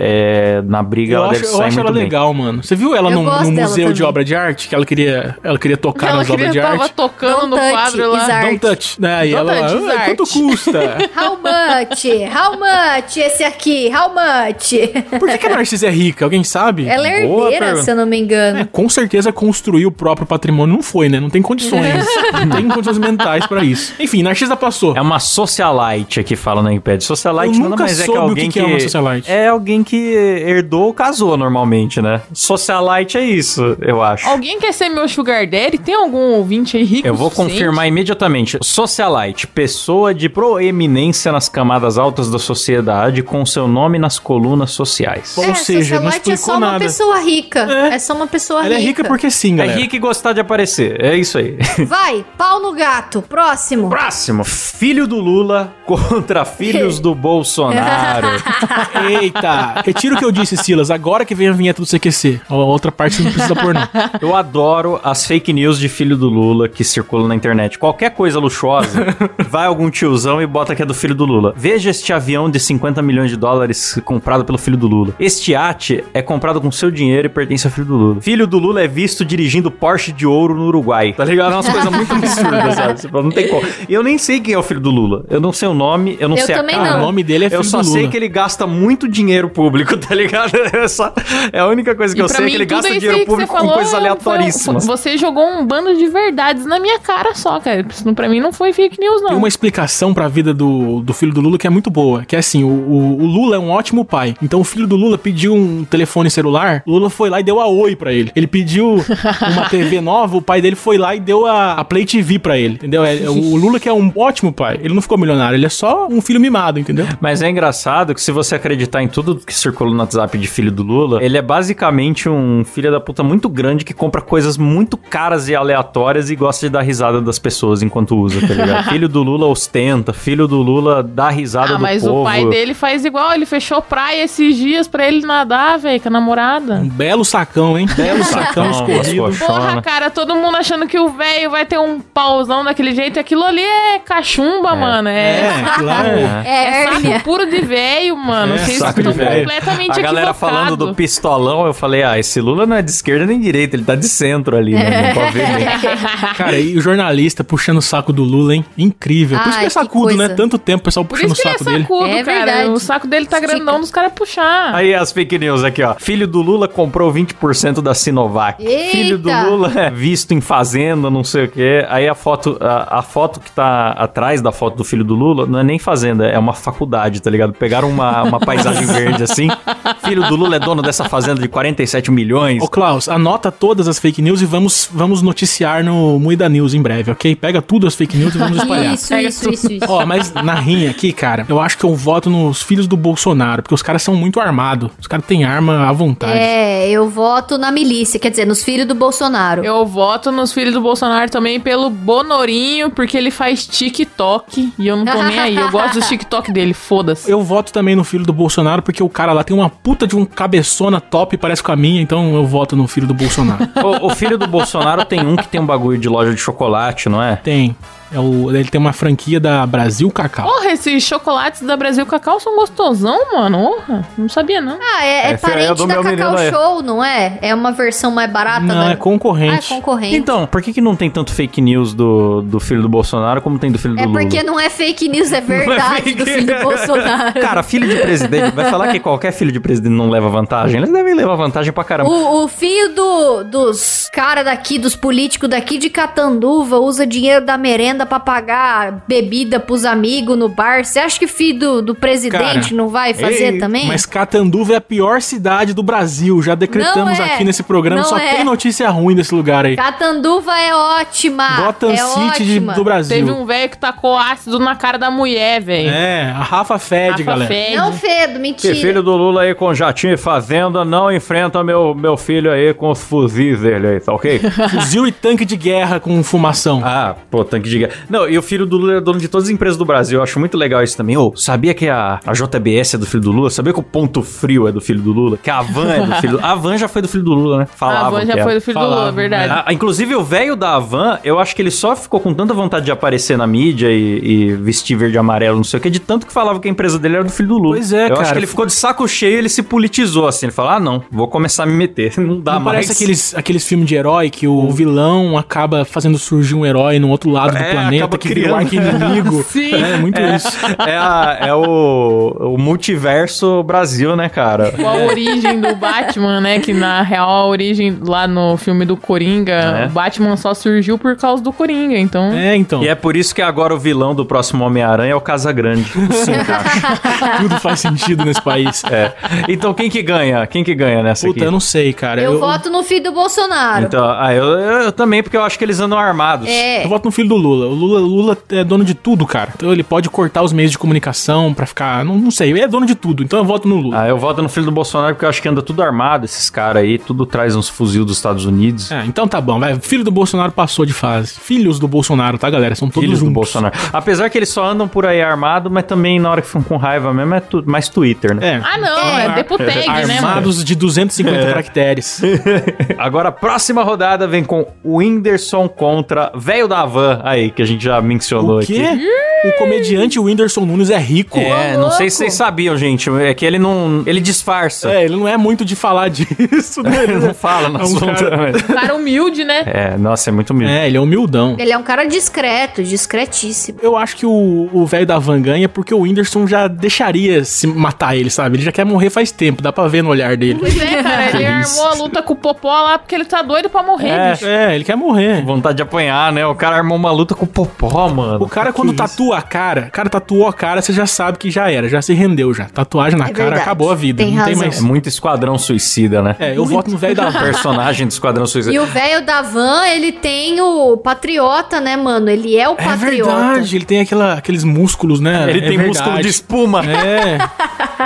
[SPEAKER 1] é, na briga
[SPEAKER 3] Eu
[SPEAKER 1] ela
[SPEAKER 3] acho,
[SPEAKER 1] deve
[SPEAKER 3] eu
[SPEAKER 1] sair
[SPEAKER 3] acho
[SPEAKER 1] muito
[SPEAKER 3] ela
[SPEAKER 1] bem.
[SPEAKER 3] legal, mano. Você viu ela
[SPEAKER 5] Eu
[SPEAKER 3] no,
[SPEAKER 5] gosto
[SPEAKER 3] no
[SPEAKER 5] dela
[SPEAKER 3] museu de
[SPEAKER 5] também.
[SPEAKER 3] obra de arte? Que ela queria, ela queria tocar
[SPEAKER 2] Ela
[SPEAKER 3] nas obras
[SPEAKER 2] queria
[SPEAKER 3] de
[SPEAKER 2] tava
[SPEAKER 3] arte.
[SPEAKER 2] tocando
[SPEAKER 5] Don't
[SPEAKER 2] no
[SPEAKER 5] touch,
[SPEAKER 2] quadro lá.
[SPEAKER 5] is art.
[SPEAKER 3] Don't touch. Né? E
[SPEAKER 2] Don't
[SPEAKER 3] ela,
[SPEAKER 2] touch, is
[SPEAKER 3] "Ah, quanto
[SPEAKER 2] art."
[SPEAKER 3] custa?
[SPEAKER 5] How much? How much esse aqui? How much?
[SPEAKER 3] Por que, que a Narcisa é rica? Alguém sabe?
[SPEAKER 5] Ela é
[SPEAKER 1] Boa
[SPEAKER 5] herdeira,
[SPEAKER 1] pergunta.
[SPEAKER 5] se eu não me
[SPEAKER 3] É,
[SPEAKER 5] engano.
[SPEAKER 3] com certeza construir o próprio patrimônio não foi, né? Não tem condições. não tem condições mentais pra isso. Enfim, Narcisa passou.
[SPEAKER 1] É uma socialite que fala na Wikipedia. Socialite
[SPEAKER 3] Eu
[SPEAKER 1] nada
[SPEAKER 3] nunca
[SPEAKER 1] mais é que
[SPEAKER 3] soube o
[SPEAKER 1] alguém
[SPEAKER 3] que
[SPEAKER 1] que,
[SPEAKER 3] que é uma socialite.
[SPEAKER 1] É alguém que herdou ou casou normalmente, né? Socialite é isso, eu acho.
[SPEAKER 2] Alguém quer ser meu sugar daddy? Tem algum ouvinte aí rico?
[SPEAKER 1] Eu vou
[SPEAKER 2] o suficiente?
[SPEAKER 1] confirmar imediatamente. Socialite, pessoa de proeminência nas camadas altas da sociedade, com seu nome nas colunas sociais.
[SPEAKER 3] Ou seja, não
[SPEAKER 5] socialite é só
[SPEAKER 3] explicou
[SPEAKER 5] uma
[SPEAKER 3] nada.
[SPEAKER 5] pessoa rica.
[SPEAKER 3] É.
[SPEAKER 5] É, só uma pessoa
[SPEAKER 3] Ela é rica porque sim,
[SPEAKER 1] É
[SPEAKER 3] galera.
[SPEAKER 1] rico e gostar de aparecer, é isso aí.
[SPEAKER 5] Vai, pau no gato. Próximo.
[SPEAKER 1] Próximo, filho do Lula contra filhos do Bolsonaro.
[SPEAKER 3] Eita! Retiro o que eu disse, Silas. Agora que vem a vinheta do CQC. A outra parte você não precisa pôr, não.
[SPEAKER 1] Eu adoro as fake news de filho do Lula que circulam na internet. Qualquer coisa luxuosa, vai algum tiozão e bota que é do filho do Lula. Veja este avião de 50 milhões de dólares comprado pelo filho do Lula. Este iate é comprado com seu dinheiro e pertence ao filho do Lula. Filho do Lula é visto dirigindo Porsche de ouro no Uruguai. Tá ligado? É umas coisas muito absurdas, sabe? Você fala, Não tem como. E eu nem sei quem é o filho do Lula. Eu não sei o nome, eu não
[SPEAKER 5] Eu
[SPEAKER 1] sei
[SPEAKER 5] também
[SPEAKER 1] a
[SPEAKER 5] não.
[SPEAKER 1] cara.
[SPEAKER 3] O nome dele é Filho
[SPEAKER 1] Eu só
[SPEAKER 3] do
[SPEAKER 1] sei
[SPEAKER 3] Lula.
[SPEAKER 1] que ele gasta muito dinheiro público, tá ligado? Essa é a única coisa que
[SPEAKER 2] E
[SPEAKER 1] eu
[SPEAKER 2] pra
[SPEAKER 1] sei é
[SPEAKER 2] mim,
[SPEAKER 1] que ele
[SPEAKER 2] tudo
[SPEAKER 1] gasta
[SPEAKER 2] isso
[SPEAKER 1] dinheiro
[SPEAKER 2] aí que você
[SPEAKER 1] público com
[SPEAKER 2] falou é,
[SPEAKER 1] coisas
[SPEAKER 2] foi-
[SPEAKER 1] aleatoríssimas.
[SPEAKER 2] Você jogou um bando de verdades na minha cara só, cara. Isso não- pra mim não foi fake news,
[SPEAKER 3] Tem
[SPEAKER 2] não.
[SPEAKER 3] uma explicação pra vida do, do filho do Lula que é muito muito boa, que é assim, o, o- o Lula é um ótimo pai. Então o filho do Lula pediu um telefone celular, o Lula foi lá e deu a Oi pra ele. Ele pediu uma TV nova, o pai dele foi lá e deu a, a Play TV pra ele, entendeu? É- é o Lula que é um ótimo pai, ele não ficou milionário, ele é só um filho mimado, entendeu?
[SPEAKER 1] Mas é engraçado que se você acreditar em tudo que circula no WhatsApp de filho do Lula, ele é basicamente um filho da puta muito grande que compra coisas muito caras e aleatórias e gosta de dar risada das pessoas enquanto usa, tá ligado? filho do Lula ostenta, filho do Lula dá risada
[SPEAKER 2] Ah,
[SPEAKER 1] do
[SPEAKER 2] mas
[SPEAKER 1] povo.
[SPEAKER 2] o pai dele faz igual, ele fechou praia esses dias pra ele nadar, velho, com a namorada.
[SPEAKER 3] Um belo sacão, hein? Belo sacão escorrido.
[SPEAKER 1] umas
[SPEAKER 2] Porra,
[SPEAKER 1] colchonas.
[SPEAKER 2] cara, todo mundo achando que o velho vai ter um pauzão daquele jeito. Aquilo ali é cachumba, mano. É.
[SPEAKER 3] É, claro.
[SPEAKER 5] É,
[SPEAKER 2] É
[SPEAKER 5] hérnia.
[SPEAKER 2] saco puro de velho, mano.
[SPEAKER 3] É,
[SPEAKER 2] Vocês
[SPEAKER 3] saco de
[SPEAKER 2] estão
[SPEAKER 3] véio.
[SPEAKER 2] completamente
[SPEAKER 1] A galera
[SPEAKER 2] equivocados.
[SPEAKER 1] falando do pistolão, eu falei, ah, esse Lula não é de esquerda nem direita, ele tá de centro ali, né? Não pode ver bem.
[SPEAKER 3] Cara, e o jornalista puxando o saco do Lula, hein? Incrível. Por isso que
[SPEAKER 5] Ai,
[SPEAKER 3] é sacudo,
[SPEAKER 5] que coisa.
[SPEAKER 3] né? Tanto tempo o pessoal
[SPEAKER 2] Por
[SPEAKER 3] puxando
[SPEAKER 2] isso
[SPEAKER 3] o
[SPEAKER 2] que ele é
[SPEAKER 3] saco dele.
[SPEAKER 2] sacudo,
[SPEAKER 5] É
[SPEAKER 2] cara.
[SPEAKER 5] verdade.
[SPEAKER 2] O saco dele tá
[SPEAKER 5] Estica.
[SPEAKER 2] grandão dos caras puxar.
[SPEAKER 1] Aí as fake news aqui, ó. Filho do Lula comprou 20% da Sinovac.
[SPEAKER 5] Eita!
[SPEAKER 1] Filho do Lula é visto em fazenda, não sei o quê. Aí a foto, a, a foto que tá atrás da foto do filho do Lula não é nem fazenda, é uma faculdade, tá ligado? Pegaram uma, uma paisagem verde assim. Filho do Lula é dono dessa fazenda de 47 milhões.
[SPEAKER 3] Ô, Klaus, anota todas as fake news e vamos, vamos noticiar no Muida News em breve, ok? Pega tudo as fake news e vamos espalhar.
[SPEAKER 5] Isso, isso, isso, isso.
[SPEAKER 3] Ó, mas na rinha aqui, cara, eu acho que eu voto nos filhos do Bolsonaro, porque os caras são muito armados. Os caras têm arma à vontade.
[SPEAKER 5] É, eu voto na milícia, quer dizer, nos filhos do Bolsonaro.
[SPEAKER 2] Eu voto nos filhos do Bolsonaro também pelo Bonorinho, porque ele faz TikTok e eu não tô nem aí. Eu gosto do TikTok dele, foda-se.
[SPEAKER 3] Eu voto também no filho do Bolsonaro, porque o cara lá tem uma puta de um cabeçona top, parece com a minha, então eu voto no filho do Bolsonaro.
[SPEAKER 1] O, o filho do Bolsonaro tem um que tem um bagulho de loja de chocolate, não é?
[SPEAKER 3] tem. É o, ele tem uma franquia da Brasil Cacau.
[SPEAKER 2] Porra, esses chocolates da Brasil Cacau são gostosão, mano. Porra, não sabia não.
[SPEAKER 5] Ah, é, é
[SPEAKER 1] É, filho, é
[SPEAKER 5] parente
[SPEAKER 1] do
[SPEAKER 5] da
[SPEAKER 1] meu
[SPEAKER 5] Cacau
[SPEAKER 1] menino aí.
[SPEAKER 5] Show, não é? É uma versão mais barata
[SPEAKER 3] Não,
[SPEAKER 5] da...
[SPEAKER 3] é concorrente.
[SPEAKER 5] Ah, é concorrente.
[SPEAKER 1] Então, por que, que não tem tanto fake news do, do filho do Bolsonaro como tem do filho
[SPEAKER 5] é
[SPEAKER 1] do Lula?
[SPEAKER 5] porque não é fake news, é verdade do filho do Bolsonaro.
[SPEAKER 1] Cara, filho de presidente, vai falar que qualquer filho de presidente não leva vantagem? Eles devem levar vantagem pra caramba.
[SPEAKER 5] O, o filho do- dos cara daqui, dos políticos daqui de Catanduva, usa dinheiro da merenda pra pagar bebida pros amigos no bar. Você acha que filho do, do presidente
[SPEAKER 3] Cara,
[SPEAKER 5] não vai fazer
[SPEAKER 1] ei,
[SPEAKER 5] também?
[SPEAKER 3] Mas Catanduva é a pior cidade do Brasil. Já decretamos
[SPEAKER 5] Não é.
[SPEAKER 3] aqui nesse programa.
[SPEAKER 5] Não
[SPEAKER 3] Só
[SPEAKER 5] é.
[SPEAKER 3] tem notícia ruim desse lugar aí.
[SPEAKER 5] Catanduva é ótima!
[SPEAKER 3] Gotham
[SPEAKER 5] é
[SPEAKER 3] City de-
[SPEAKER 5] ótima.
[SPEAKER 3] do Brasil.
[SPEAKER 2] Teve um velho que tacou ácido na cara da mulher, velho.
[SPEAKER 3] É, a Rafa Fed,
[SPEAKER 2] Rafa
[SPEAKER 3] galera.
[SPEAKER 2] fede.
[SPEAKER 5] Não, Fedo,
[SPEAKER 1] Esse
[SPEAKER 5] mentira.
[SPEAKER 1] filho do Lula aí com jatinho e fazenda não enfrenta meu, meu filho aí com os fuzis dele aí, tá ok?
[SPEAKER 3] Fuzil e tanque de guerra com fumação.
[SPEAKER 1] ah, pô, tanque de guerra. Não, e o filho do Lula é dono de todas as empresas do Brasil. Eu acho muito legal isso também. Ô, sabia que a, a JBS é do filho do Lula? Sabia que o Ponto Frio é do filho do Lula? Que a Van é do filho do Lula? A Van já foi do filho do Lula, né?
[SPEAKER 2] Ah,
[SPEAKER 1] Falavam
[SPEAKER 2] bom,
[SPEAKER 1] que
[SPEAKER 2] já
[SPEAKER 1] era.
[SPEAKER 2] foi do filho do Lula,
[SPEAKER 3] Falavam,
[SPEAKER 2] verdade.
[SPEAKER 1] Ah, inclusive, o velho da Havan, eu acho que ele só ficou com tanta vontade de aparecer na mídia e, e vestir verde e amarelo, não sei o que, de tanto que falava que a empresa dele era do filho do Lula.
[SPEAKER 3] Pois é,
[SPEAKER 1] eu Eu acho
[SPEAKER 3] cara.
[SPEAKER 1] que ele ficou de saco cheio e ele se politizou, assim. Ele falou, ah, não, vou começar a me meter. Não dá
[SPEAKER 3] Não
[SPEAKER 1] mais.
[SPEAKER 3] parece aqueles, aqueles filmes de herói que o vilão acaba fazendo surgir um herói no outro lado do
[SPEAKER 1] É,
[SPEAKER 3] planeta
[SPEAKER 1] acaba
[SPEAKER 3] que vira o
[SPEAKER 1] criando.
[SPEAKER 3] arqui-inimigo.
[SPEAKER 2] Sim.
[SPEAKER 3] É, muito isso.
[SPEAKER 1] É, a- é o, o multiverso Brasil, né, cara?
[SPEAKER 2] Igual a origem do Batman, né? Que na real a origem lá no filme do Coringa,
[SPEAKER 1] É.
[SPEAKER 2] o Batman só surgiu por causa do Coringa, então.
[SPEAKER 3] É, então.
[SPEAKER 1] E é por isso que agora o vilão do próximo Homem-Aranha é o Casagrande. Se encaixa.
[SPEAKER 3] Tudo faz sentido nesse país.
[SPEAKER 1] É. Então quem que ganha? Quem que ganha nessa
[SPEAKER 3] Puta,
[SPEAKER 1] aqui?
[SPEAKER 3] eu não sei, cara.
[SPEAKER 5] Eu voto no filho do Bolsonaro.
[SPEAKER 1] Então, ah, eu, eu- eu também, porque eu acho que eles andam armados.
[SPEAKER 5] é.
[SPEAKER 3] Eu voto no filho do Lula. O Lula, Lula é dono de tudo, cara. Então ele pode cortar os meios de comunicação pra ficar. Não, não sei, ele é dono de tudo. Então eu voto no Lula.
[SPEAKER 1] Ah, eu voto no filho do Bolsonaro porque eu acho que anda tudo armado, esses caras aí, tudo traz uns fuzil dos Estados Unidos.
[SPEAKER 3] É, então tá bom, vai. Filho do Bolsonaro passou de fase. Filhos do Bolsonaro, tá, galera? São todos
[SPEAKER 1] Filhos
[SPEAKER 3] juntos.
[SPEAKER 1] do Bolsonaro. Apesar que eles só andam por aí armado, mas também na hora que ficam com raiva mesmo é tu- mais Twitter, né?
[SPEAKER 3] É.
[SPEAKER 2] Ah, não, é,
[SPEAKER 3] Ar-
[SPEAKER 2] deputeg, né, mano?
[SPEAKER 3] Armados de 250
[SPEAKER 1] É.
[SPEAKER 3] caracteres.
[SPEAKER 1] Tá Agora, a próxima rodada vem com o Whindersson contra Velho da Van, aí, que a gente já mencionou
[SPEAKER 3] o quê?
[SPEAKER 1] aqui.
[SPEAKER 3] O comediante Whindersson Nunes é rico.
[SPEAKER 1] É,
[SPEAKER 5] Ô,
[SPEAKER 1] não sei
[SPEAKER 5] louco.
[SPEAKER 1] se vocês sabiam, gente. É que ele não. Ele disfarça.
[SPEAKER 3] É, ele não é muito de falar disso, né?
[SPEAKER 1] Ele não fala no
[SPEAKER 3] É um
[SPEAKER 1] assunto.
[SPEAKER 3] cara-
[SPEAKER 1] né?
[SPEAKER 2] Cara humilde, né?
[SPEAKER 1] É, nossa, é muito humilde.
[SPEAKER 3] É, ele é humildão.
[SPEAKER 5] Ele é um cara discreto, discretíssimo.
[SPEAKER 3] Eu acho que o o velho da van ganha porque o Whindersson já deixaria se matar ele, sabe? Ele já quer morrer faz tempo, dá pra ver no olhar dele.
[SPEAKER 2] Pois é, cara, ele
[SPEAKER 3] Feliz.
[SPEAKER 2] armou a luta com o Popó lá porque ele tá doido pra morrer,
[SPEAKER 1] É.
[SPEAKER 2] bicho.
[SPEAKER 3] É, ele quer morrer.
[SPEAKER 1] Vontade de apanhar, né? O cara armou uma luta com com popó, mano.
[SPEAKER 3] O cara, quando tá tatua a cara, o cara tatuou a cara, você já sabe que já era, já se rendeu já. Tatuagem na
[SPEAKER 5] É
[SPEAKER 3] cara,
[SPEAKER 5] verdade.
[SPEAKER 3] acabou a vida.
[SPEAKER 5] Tem
[SPEAKER 3] não tem
[SPEAKER 5] razão.
[SPEAKER 1] É
[SPEAKER 3] mais.
[SPEAKER 1] muito esquadrão suicida, né?
[SPEAKER 3] É, eu voto no velho da van.
[SPEAKER 1] Personagem do esquadrão suicida.
[SPEAKER 5] E o velho da van, ele tem o patriota, né, mano? Ele é o
[SPEAKER 3] É
[SPEAKER 5] patriota.
[SPEAKER 3] verdade, ele tem aquela- aqueles músculos, né?
[SPEAKER 1] Ele
[SPEAKER 3] É
[SPEAKER 1] tem músculo
[SPEAKER 3] verdade.
[SPEAKER 1] de espuma.
[SPEAKER 3] É.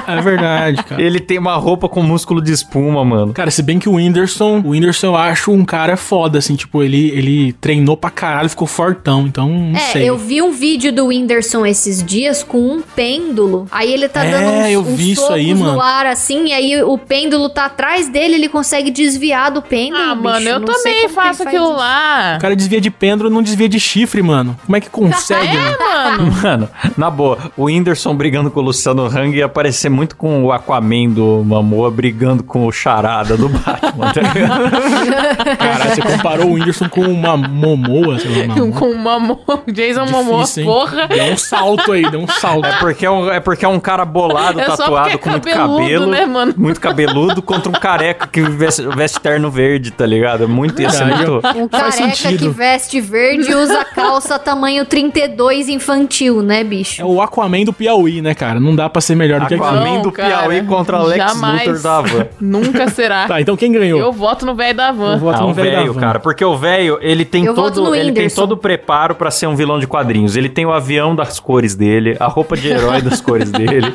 [SPEAKER 3] É verdade, cara.
[SPEAKER 1] Ele tem uma roupa com músculo de espuma, mano.
[SPEAKER 3] Cara, se bem que o Whindersson, o Whindersson eu acho um cara foda, assim, tipo, ele, ele treinou pra caralho, ficou fortão, então não
[SPEAKER 5] É,
[SPEAKER 3] sei.
[SPEAKER 5] eu vi um vídeo do Whindersson esses dias com um pêndulo. Aí ele tá
[SPEAKER 3] É,
[SPEAKER 5] dando uns,
[SPEAKER 3] eu
[SPEAKER 5] uns
[SPEAKER 3] vi isso
[SPEAKER 5] socos
[SPEAKER 3] aí, mano.
[SPEAKER 5] no ar, assim, e aí o pêndulo tá atrás dele, ele consegue desviar do pêndulo.
[SPEAKER 2] Ah,
[SPEAKER 5] bicho.
[SPEAKER 2] mano, eu
[SPEAKER 5] Não sei
[SPEAKER 2] também
[SPEAKER 5] como que
[SPEAKER 2] faço
[SPEAKER 5] ele faz
[SPEAKER 2] aquilo
[SPEAKER 5] isso.
[SPEAKER 2] lá.
[SPEAKER 3] O cara desvia de pêndulo, não desvia de chifre, mano. Como é que consegue, mano?
[SPEAKER 2] É, mano.
[SPEAKER 1] Mano, na boa, o Whindersson brigando com o Luciano Hang ia parecer muito com o Aquaman do Mamoa brigando com o Charada do Batman, tá ligado?
[SPEAKER 3] Caralho, você comparou o Whindersson com uma Momoa, sei lá, uma
[SPEAKER 2] Com o Momo, Jason Momoa,
[SPEAKER 3] Difícil, hein?
[SPEAKER 2] porra.
[SPEAKER 3] Deu um salto aí, deu um salto.
[SPEAKER 1] É porque é um, é porque é um cara bolado,
[SPEAKER 2] É só
[SPEAKER 1] tatuado,
[SPEAKER 2] porque
[SPEAKER 1] com
[SPEAKER 2] é
[SPEAKER 1] muito
[SPEAKER 2] cabeludo,
[SPEAKER 1] cabelo.
[SPEAKER 2] né, mano?
[SPEAKER 1] Muito cabeludo contra um careca que veste, veste terno verde, tá ligado? É muito ia ser
[SPEAKER 3] Verdade,
[SPEAKER 1] muito.
[SPEAKER 5] Um
[SPEAKER 3] Faz
[SPEAKER 5] careca
[SPEAKER 3] sentido.
[SPEAKER 5] que veste verde e usa calça tamanho 32 infantil, né, bicho?
[SPEAKER 3] É o Aquaman do Piauí, né, cara? Não dá pra ser melhor do que aquilo.
[SPEAKER 1] Aquaman do Piauí contra Lex
[SPEAKER 2] jamais.
[SPEAKER 1] Luthor da Havan.
[SPEAKER 2] Nunca será.
[SPEAKER 3] Tá, então quem ganhou?
[SPEAKER 2] Eu voto no velho da van.
[SPEAKER 3] Eu voto
[SPEAKER 1] Ah,
[SPEAKER 3] no
[SPEAKER 1] o
[SPEAKER 3] um velho da
[SPEAKER 1] velho,
[SPEAKER 3] van.
[SPEAKER 1] cara. Porque o velho, ele tem
[SPEAKER 5] Eu voto
[SPEAKER 1] todo
[SPEAKER 5] no
[SPEAKER 1] ele tem
[SPEAKER 5] Whindersson.
[SPEAKER 1] todo o preparo pra ser um vilão de quadrinhos. Ele tem o avião das cores dele, a roupa de herói das cores dele,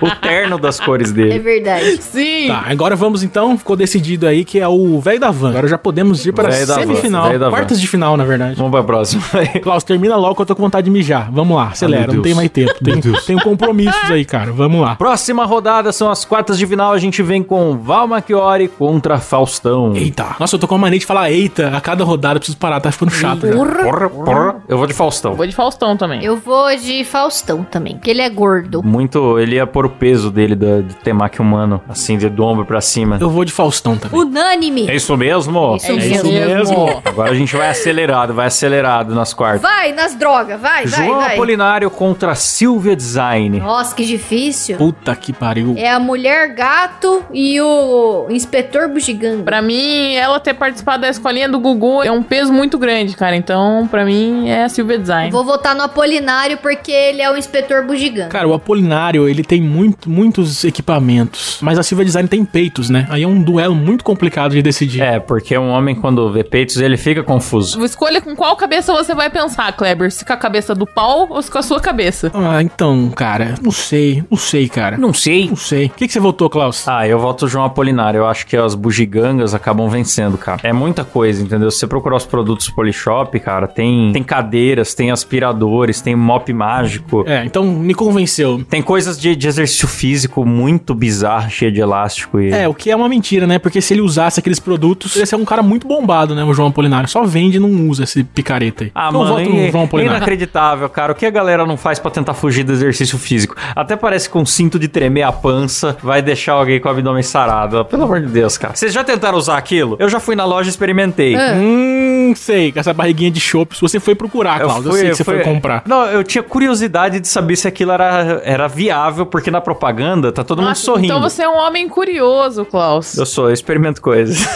[SPEAKER 1] o terno das cores
[SPEAKER 5] É
[SPEAKER 1] dele.
[SPEAKER 5] verdade.
[SPEAKER 2] Sim.
[SPEAKER 3] Tá, agora vamos então, ficou decidido aí que é o velho da van. Agora já podemos ir para a
[SPEAKER 1] Velho da van,
[SPEAKER 3] semifinal,
[SPEAKER 1] velho da van.
[SPEAKER 3] quartas de final, na verdade.
[SPEAKER 1] Vamos pra próxima.
[SPEAKER 3] Klaus, termina logo que eu tô com vontade de mijar. Vamos lá, acelera,
[SPEAKER 1] Ah, meu
[SPEAKER 3] não tem
[SPEAKER 1] Deus.
[SPEAKER 3] mais tempo. Tem, tenho compromissos aí, cara. Vamos lá.
[SPEAKER 1] Próxima rodada são as quartas de final. A gente vem com Val Machiori contra Faustão.
[SPEAKER 3] Eita. Nossa, eu tô com a mania de falar eita a cada rodada, eu preciso parar, tá ficando chato já.
[SPEAKER 5] Urra.
[SPEAKER 1] Porra, porra. Eu vou de Faustão.
[SPEAKER 2] Vou de Faustão também.
[SPEAKER 5] Eu vou de Faustão também, porque ele é gordo.
[SPEAKER 1] Muito, ele ia pôr o peso dele do, do temaki humano, assim, de do ombro pra cima.
[SPEAKER 3] Eu vou de Faustão também.
[SPEAKER 5] Unânime.
[SPEAKER 1] É isso mesmo?
[SPEAKER 5] É isso
[SPEAKER 2] mesmo.
[SPEAKER 1] Agora a gente vai acelerado, vai acelerado nas quartas.
[SPEAKER 5] Vai nas drogas, vai, É, vai,
[SPEAKER 1] João
[SPEAKER 5] vai.
[SPEAKER 1] Apolinário contra Silvia Design.
[SPEAKER 5] Nossa, que difícil.
[SPEAKER 3] Puta que pariu.
[SPEAKER 5] É a mulher gato e o inspetor bugiganga.
[SPEAKER 2] Pra mim, ela ter participado da escolinha do Gugu é um peso muito grande, cara. Então, pra mim, é a Silvia Design.
[SPEAKER 5] Vou votar no Apolinário porque ele é o inspetor bugiganga.
[SPEAKER 3] Cara, o Apolinário, ele tem muito, muitos equipamentos, mas a Silva Design tem peitos, né? Aí é um duelo muito complicado de decidir.
[SPEAKER 1] É, porque um homem quando vê peitos, ele fica confuso.
[SPEAKER 2] Escolha com qual cabeça você vai pensar, Kleber. Se com a cabeça do pau ou se com a sua cabeça.
[SPEAKER 3] Ah, então, cara, não sei, não sei, cara. Não,
[SPEAKER 1] sei.
[SPEAKER 3] sei. O que, que você votou, Klaus?
[SPEAKER 1] Ah, eu voto João Apolinário. Eu acho que as bugigangas acabam vencendo, cara. É muita coisa, entendeu? Se você procurar os produtos Polishop, cara, tem, tem cadeiras, tem aspiradores, tem mop mágico.
[SPEAKER 3] É, então me convenceu.
[SPEAKER 1] Tem coisas de, de exercício físico muito bizarro, cheia de elástico e...
[SPEAKER 3] É, o que é uma mentira, né? Porque se ele usasse aqueles produtos, ele ia ser um cara muito bombado, né? O João Apolinário. Só vende e não usa esse picareta aí.
[SPEAKER 1] Ah,
[SPEAKER 3] então eu
[SPEAKER 1] mano,
[SPEAKER 3] voto no
[SPEAKER 1] é,
[SPEAKER 3] João
[SPEAKER 1] é
[SPEAKER 3] Apolinário.
[SPEAKER 1] inacreditável, cara. O que a galera não faz pra tentar fugir do exercício físico? Até parece que um cinto de tremer a pança vai deixar alguém com o abdômen sarado. Pelo amor de Deus, cara. Vocês já tentaram usar aquilo? Eu já fui na loja e experimentei.
[SPEAKER 2] É.
[SPEAKER 3] Hum, sei, com essa barriguinha de chopp. Você foi procurar,
[SPEAKER 1] Eu
[SPEAKER 3] Klaus. Ah, Eu, sei que você foi, comprar.
[SPEAKER 1] Não, eu tinha curiosidade de saber se aquilo era, era viável, porque na propaganda tá todo mundo
[SPEAKER 2] Nossa,
[SPEAKER 1] sorrindo.
[SPEAKER 2] Então você é um homem curioso, Klaus.
[SPEAKER 1] Eu sou, eu experimento coisas.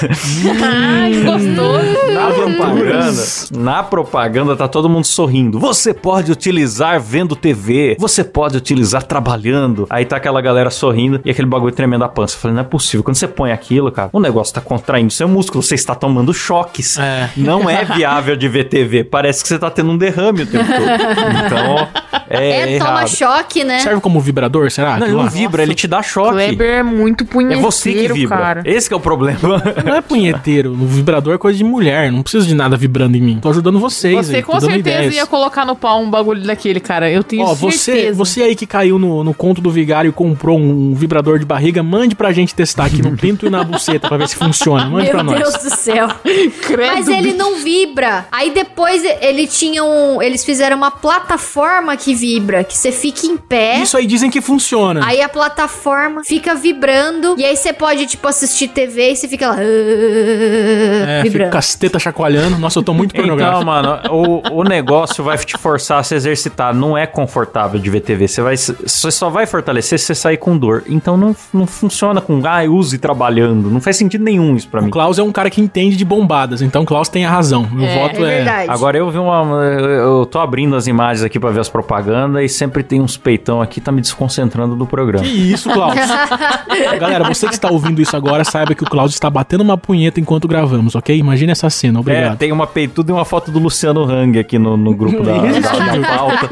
[SPEAKER 2] Ai, gostoso.
[SPEAKER 1] Na propaganda, na propaganda tá todo mundo sorrindo. Você pode utilizar vendo TV, você pode utilizar trabalhando. Aí tá aquela galera sorrindo e aquele bagulho tremendo a pança. Eu falei, não é possível. Quando você põe aquilo, cara, o negócio tá contraindo seu músculo, você está tomando choques.
[SPEAKER 3] É.
[SPEAKER 1] Não é viável de ver TV. Parece que você tá tendo um derrame o tempo todo. Então, é,
[SPEAKER 5] É, toma
[SPEAKER 1] errado.
[SPEAKER 5] choque, né?
[SPEAKER 3] Serve como vibrador, será?
[SPEAKER 1] Não, ele
[SPEAKER 3] Aquilo
[SPEAKER 1] não
[SPEAKER 3] lá?
[SPEAKER 1] vibra, ele te dá choque.
[SPEAKER 2] Kleber é muito
[SPEAKER 1] É
[SPEAKER 2] punheteiro,
[SPEAKER 1] você que vibra.
[SPEAKER 2] cara.
[SPEAKER 1] Esse que é o problema.
[SPEAKER 3] Não é punheteiro. O vibrador é coisa de mulher. Não preciso de nada vibrando em mim. Tô ajudando vocês
[SPEAKER 2] Você
[SPEAKER 3] aí.
[SPEAKER 2] com
[SPEAKER 3] tô dando
[SPEAKER 2] certeza
[SPEAKER 3] ideias.
[SPEAKER 2] ia colocar no pau um bagulho daquele, cara. Eu tenho
[SPEAKER 3] Ó, você,
[SPEAKER 2] certeza.
[SPEAKER 3] você aí que caiu no, no conto do vigário e comprou um vibrador de barriga, mande pra gente testar aqui no pinto e na buceta pra ver se funciona. Mande pra
[SPEAKER 5] Meu
[SPEAKER 3] nós.
[SPEAKER 5] Deus do céu.
[SPEAKER 2] Credo,
[SPEAKER 5] Mas ele
[SPEAKER 2] bicho.
[SPEAKER 5] não vibra. Aí depois ele tinha um. Eles fizeram uma plataforma que vibra, que você fica em pé.
[SPEAKER 3] Isso aí dizem que funciona.
[SPEAKER 5] É? Aí a plataforma fica vibrando. E aí você pode, tipo, assistir TV e você fica lá. ah,
[SPEAKER 3] é, fica
[SPEAKER 5] vibrando.
[SPEAKER 3] com as tetas chacoalhando. Nossa, eu tô muito
[SPEAKER 1] Então,
[SPEAKER 3] pornográfico.
[SPEAKER 1] mano, o, o negócio vai te forçar a se exercitar. Não é confortável de ver TV. Você, vai, você só vai fortalecer se você sair com dor. Então não, não funciona com, ah, use trabalhando. Não faz sentido nenhum isso pra
[SPEAKER 3] o
[SPEAKER 1] mim.
[SPEAKER 3] Klaus é um cara que entende de bombadas, então o Klaus tem a razão. Meu
[SPEAKER 2] É,
[SPEAKER 3] voto é.
[SPEAKER 5] verdade.
[SPEAKER 1] Agora eu vi uma. Eu tô abrindo as imagens aqui pra ver as propagandas e sempre tem uns peitão aqui, tá me desconcentrando do programa.
[SPEAKER 3] Que isso, Klaus? Galera, você que está ouvindo isso agora, saiba que o Klaus está batendo uma punheta enquanto gravamos, ok? Imagina essa cena,
[SPEAKER 1] É,
[SPEAKER 3] obrigado.
[SPEAKER 1] tem uma peituda e uma foto do Luciano Hang aqui no, no grupo da, da, da pauta.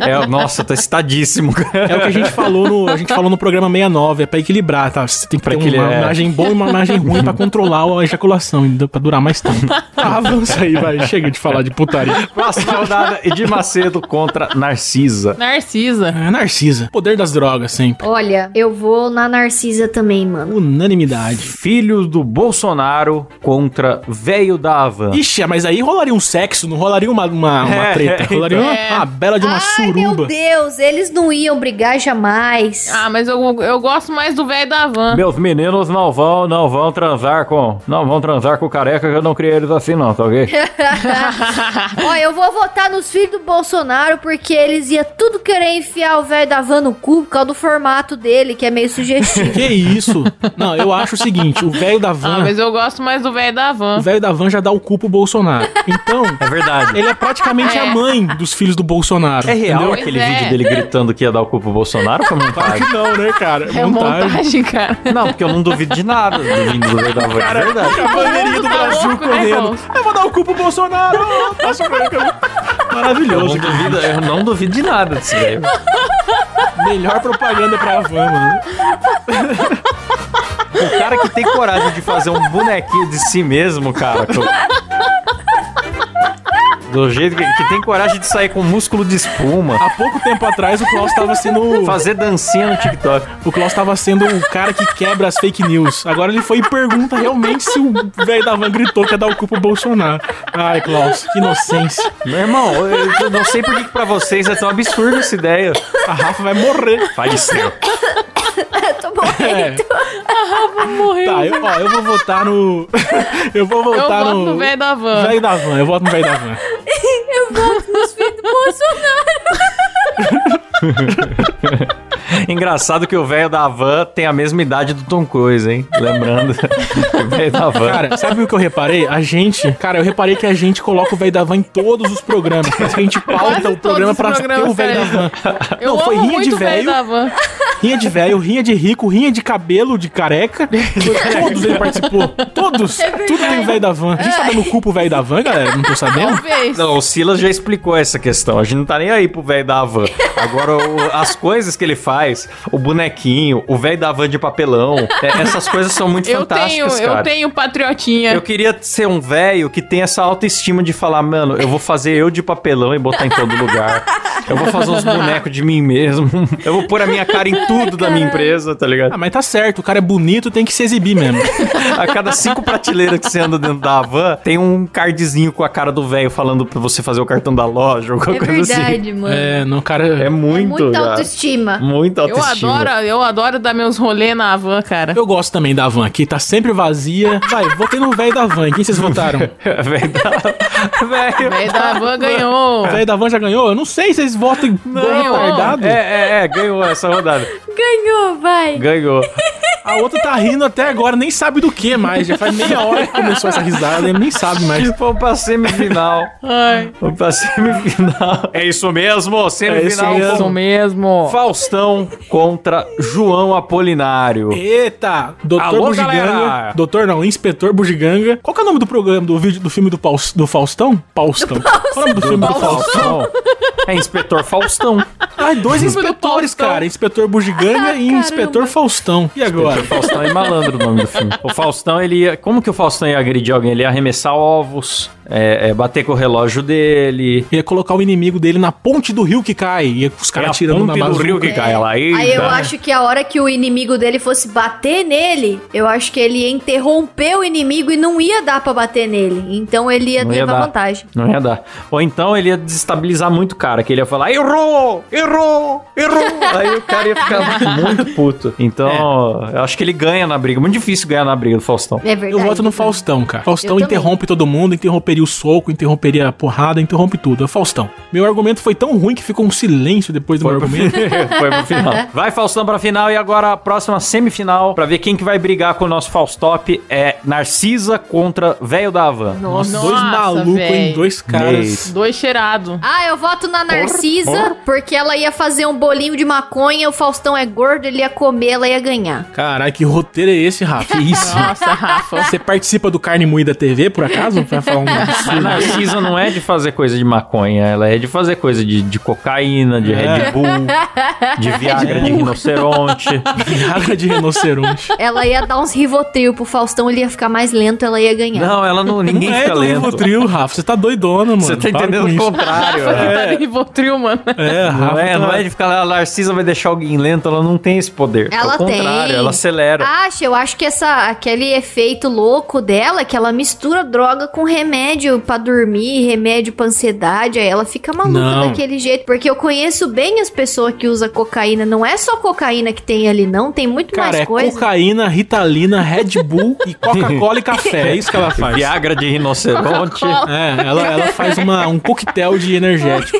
[SPEAKER 1] É, nossa, tá excitadíssimo.
[SPEAKER 3] É, o que a gente falou no, a gente falou no programa 69, é pra equilibrar, tá? Você tem que
[SPEAKER 1] Pra
[SPEAKER 3] ter
[SPEAKER 1] equilibrar,
[SPEAKER 3] uma
[SPEAKER 1] é.
[SPEAKER 3] imagem boa e uma imagem ruim pra controlar a ejaculação, ainda pra durar mais tempo. Tá, avança aí, vai. Chega de falar de putaria.
[SPEAKER 1] Próxima rodada, Edir Macedo contra Narcisa.
[SPEAKER 2] Narcisa.
[SPEAKER 3] É, Narcisa, poder das drogas sempre.
[SPEAKER 5] Olha, eu vou na Narcisa também, mano.
[SPEAKER 3] Unanimidade.
[SPEAKER 1] Filhos do Bolsonaro contra Velho da Havan.
[SPEAKER 3] Ixi, mas aí rolaria um sexo, não rolaria uma, uma, uma
[SPEAKER 1] Tá. É,
[SPEAKER 3] treta. Rolaria uma, uma bela de uma
[SPEAKER 5] Ai, meu
[SPEAKER 3] suruba.
[SPEAKER 5] Deus, eles não iam brigar jamais.
[SPEAKER 2] Ah, mas eu, eu gosto mais do velho da van.
[SPEAKER 1] Meus meninos não vão, não vão transar com, não vão transar com careca que eu não criei eles assim não, tá ok?
[SPEAKER 5] Ó, eu vou votar nos filhos do Bolsonaro porque eles iam tudo querer enfiar o velho da van no cu por causa do formato dele, que é meio sugestivo.
[SPEAKER 3] Que isso? Não, eu acho o seguinte, o velho da van,
[SPEAKER 2] Ah, mas eu gosto mais do velho da
[SPEAKER 3] o
[SPEAKER 2] van.
[SPEAKER 3] velho da van já dá o cu pro Bolsonaro. Então,
[SPEAKER 1] É verdade.
[SPEAKER 3] ele é praticamente
[SPEAKER 2] É.
[SPEAKER 3] a mãe dos filhos do Bolsonaro.
[SPEAKER 1] É real
[SPEAKER 2] Pois
[SPEAKER 1] aquele
[SPEAKER 2] é.
[SPEAKER 1] vídeo dele gritando que ia dar o cu pro Bolsonaro ou montagem?
[SPEAKER 3] Não, né, cara?
[SPEAKER 2] É montagem, cara.
[SPEAKER 1] Não, porque eu não duvido de nada do menino do Rei da Van. É verdade.
[SPEAKER 3] A bandeirinha do
[SPEAKER 2] Tá
[SPEAKER 3] Brasil
[SPEAKER 2] louco, né,
[SPEAKER 3] correndo.
[SPEAKER 2] Klaus?
[SPEAKER 3] eu vou dar o cu pro Bolsonaro. Nossa, cara, que eu-
[SPEAKER 1] Eu não
[SPEAKER 3] Maravilhoso.
[SPEAKER 1] duvido, eu não duvido de nada disso daí.
[SPEAKER 3] Melhor propaganda pra van, mano.
[SPEAKER 1] O cara que tem coragem de fazer um bonequinho de si mesmo, cara. com- Do jeito que, que tem coragem de sair com músculo de espuma.
[SPEAKER 3] Há pouco tempo atrás, o Klaus tava assim sendo...
[SPEAKER 1] Fazer dancinha no TikTok.
[SPEAKER 3] O Klaus tava sendo o cara que quebra as fake news. Agora ele foi e pergunta realmente se o velho da van gritou que ia dar o cu pro Bolsonaro. Ai, Klaus, que inocência.
[SPEAKER 1] Meu irmão, eu eu não sei por que que pra vocês é tão absurda essa ideia.
[SPEAKER 3] A Rafa vai morrer.
[SPEAKER 1] Faleceu.
[SPEAKER 5] Tô morrendo.
[SPEAKER 3] É. Tá, eu, ó, eu vou votar no. eu vou
[SPEAKER 2] Eu
[SPEAKER 3] votar
[SPEAKER 2] voto
[SPEAKER 3] no.
[SPEAKER 2] no velho da van.
[SPEAKER 3] Velho da van, eu voto no velho da van.
[SPEAKER 1] Engraçado que o velho da van tem a mesma idade do Tom Cruise, hein? Lembrando. o velho da van.
[SPEAKER 3] Cara, sabe o que eu reparei? A gente. Cara, eu reparei que a gente coloca o velho da van em todos os programas. Parece que a gente pauta
[SPEAKER 2] Quase
[SPEAKER 3] o programa
[SPEAKER 2] todos os
[SPEAKER 3] pra ter
[SPEAKER 2] programas,
[SPEAKER 3] o velho da
[SPEAKER 2] sério.
[SPEAKER 3] van.
[SPEAKER 2] Eu
[SPEAKER 3] Não, foi
[SPEAKER 2] amo
[SPEAKER 3] rinha de
[SPEAKER 2] muito o velho
[SPEAKER 3] velho.
[SPEAKER 2] da van.
[SPEAKER 3] Rinha de velho, rinha de rico, rinha de cabelo, de careca. Todos ele participou. Todos. Tudo tem o velho da van. A gente tá dando cu pro velho da van, galera? Não tô sabendo.
[SPEAKER 2] Talvez.
[SPEAKER 1] Não, o Silas já explicou essa questão. A gente não tá nem aí pro velho da van. Agora, o- as coisas que ele faz, o bonequinho, o velho da van de papelão, é, essas coisas são muito
[SPEAKER 2] Eu tenho,
[SPEAKER 1] fantásticas, cara.
[SPEAKER 2] eu tenho patriotinha.
[SPEAKER 1] Eu queria ser um velho que tem essa autoestima de falar, mano, eu vou fazer eu de papelão e botar em todo lugar. Eu vou fazer uns bonecos de mim mesmo. Eu vou pôr a minha cara em tudo da minha empresa, tá ligado?
[SPEAKER 3] Ah, mas tá certo, o cara é bonito, tem que se exibir mesmo.
[SPEAKER 1] A cada cinco prateleiras que você anda dentro da van, tem um cardzinho com a cara do velho falando pra você fazer o cartão da loja ou
[SPEAKER 5] É
[SPEAKER 1] qualquer coisa assim.
[SPEAKER 5] verdade, mano. É,
[SPEAKER 3] É, não, o cara.
[SPEAKER 1] muito,
[SPEAKER 5] muita
[SPEAKER 1] cara.
[SPEAKER 5] autoestima.
[SPEAKER 1] Muita
[SPEAKER 2] Eu
[SPEAKER 1] autoestima.
[SPEAKER 2] adoro, eu adoro dar meus rolê na van, cara.
[SPEAKER 3] Eu gosto também da van, que tá sempre vazia. Vai, votei no velho da van. Quem vocês votaram?
[SPEAKER 1] Velho da-
[SPEAKER 2] O velho da van ganhou.
[SPEAKER 3] O velho da van já ganhou? Eu não sei, vocês votam em bom
[SPEAKER 2] Ganhou.
[SPEAKER 3] retardado.
[SPEAKER 1] É, é, é, ganhou essa rodada.
[SPEAKER 5] Ganhou, vai.
[SPEAKER 1] Ganhou.
[SPEAKER 3] A outra tá rindo até agora, nem sabe do que mais. Já faz meia hora que começou essa risada, ele nem sabe mais.
[SPEAKER 1] Vamos pra semifinal.
[SPEAKER 2] Ai,
[SPEAKER 1] Vamos pra semifinal. É isso mesmo, semifinal.
[SPEAKER 3] É isso
[SPEAKER 2] isso
[SPEAKER 1] com
[SPEAKER 2] mesmo.
[SPEAKER 1] Faustão contra João Apolinário.
[SPEAKER 3] Eita! Doutor
[SPEAKER 1] Alô,
[SPEAKER 3] Bugiganga.
[SPEAKER 1] galera!
[SPEAKER 3] Doutor não, Inspetor Bugiganga. Qual que é o nome do programa, do vídeo, do filme do, Paus, do Faustão? Paustão. Qual é o nome do filme do Faustão?
[SPEAKER 1] É inspetor Faustão.
[SPEAKER 3] Ai, dois inspetores,
[SPEAKER 2] Faustão.
[SPEAKER 3] cara. Inspetor Bugiganga e Inspetor Faustão. E agora?
[SPEAKER 1] Faustão e malandro o nome do filme. O Faustão, ele ia. Como que o Faustão ia agredir alguém? Ele ia arremessar ovos, é, é, bater com o relógio dele.
[SPEAKER 3] Ia colocar o inimigo dele na ponte do rio que cai. Ia os caras
[SPEAKER 1] É a
[SPEAKER 3] tirando na
[SPEAKER 1] ponte do
[SPEAKER 3] base.
[SPEAKER 1] rio que cai lá.
[SPEAKER 5] Aí eu
[SPEAKER 1] Eita.
[SPEAKER 5] acho que a hora que o inimigo dele fosse bater nele, eu acho que ele ia interromper o inimigo e não ia dar pra bater nele. Então ele ia
[SPEAKER 1] Não ia
[SPEAKER 5] levar
[SPEAKER 1] dar.
[SPEAKER 5] vantagem.
[SPEAKER 1] Não ia dar. Ou então ele ia desestabilizar muito o cara, que ele ia falar, errou, errou, errou. Aí o cara ia ficar muito puto. Então, eu acho que ele ganha na briga. Muito difícil ganhar na briga do Faustão.
[SPEAKER 5] É verdade.
[SPEAKER 3] Eu voto no Faustão, cara. Faustão
[SPEAKER 5] também.
[SPEAKER 3] interrompe todo mundo, interromperia o soco, interromperia a porrada, interrompe tudo. É o Faustão. Meu argumento foi tão ruim que ficou um silêncio depois do meu argumento.
[SPEAKER 1] Foi pro final. Vai, Faustão, pra final. E agora a próxima semifinal, pra ver quem que vai brigar com o nosso Faustop, é Narcisa contra Velho da Havan.
[SPEAKER 3] Nossa,
[SPEAKER 2] Nossa,
[SPEAKER 3] dois malucos, hein?
[SPEAKER 2] véi.
[SPEAKER 3] Dois caras.
[SPEAKER 2] Dois cheirados.
[SPEAKER 5] Ah, eu voto na Narcisa, porque ela ia fazer um bolinho de maconha, o Faustão é gordo, ele ia comer, ela ia ganhar.
[SPEAKER 3] Caralho, que roteiro é esse, Rafa? Que isso?
[SPEAKER 2] Nossa, Rafa.
[SPEAKER 3] Você participa do Carne Moída TV, por acaso? Pra falar um
[SPEAKER 1] A
[SPEAKER 3] absurdo.
[SPEAKER 1] Narcisa não é de fazer coisa de maconha, ela é de fazer coisa de, de cocaína, de
[SPEAKER 3] É.
[SPEAKER 1] Red Bull, de Viagra, de rinoceronte.
[SPEAKER 3] Piada de rinoceronte.
[SPEAKER 5] Ela ia dar uns rivotril pro Faustão, ele ia ficar mais lento, ela ia ganhar.
[SPEAKER 1] Não, ela não. Ninguém
[SPEAKER 3] Não
[SPEAKER 1] fica
[SPEAKER 3] é do
[SPEAKER 1] lento.
[SPEAKER 3] Rivotril, Rafa. Você tá doidona, mano.
[SPEAKER 1] Você tá
[SPEAKER 3] Para com
[SPEAKER 1] entendendo o
[SPEAKER 3] isso.
[SPEAKER 1] contrário.
[SPEAKER 2] Rafa
[SPEAKER 1] é.
[SPEAKER 2] que tá de Rivotril, mano.
[SPEAKER 3] É, Rafa.
[SPEAKER 1] Não é,
[SPEAKER 3] tá-
[SPEAKER 1] não é de ficar lá, a Narcisa vai deixar alguém lento, ela não tem esse poder.
[SPEAKER 5] Ela
[SPEAKER 1] Ao contrário,
[SPEAKER 5] tem. Ah,
[SPEAKER 1] ela acelera.
[SPEAKER 5] Acha, eu acho que essa, aquele efeito louco dela, é que ela mistura droga com remédio pra dormir, remédio pra ansiedade, aí ela fica maluca
[SPEAKER 3] Não.
[SPEAKER 5] daquele jeito. Porque eu conheço bem as pessoas que usam cocaína, não é só cocaína que tem ali não, tem muito
[SPEAKER 3] Cara,
[SPEAKER 5] mais
[SPEAKER 3] é
[SPEAKER 5] coisa.
[SPEAKER 3] cocaína, ritalina, Red Bull e Coca-Cola e café. É isso que ela faz.
[SPEAKER 1] Viagra de rinoceronte.
[SPEAKER 3] É, ela, ela faz uma, um coquetel de energético.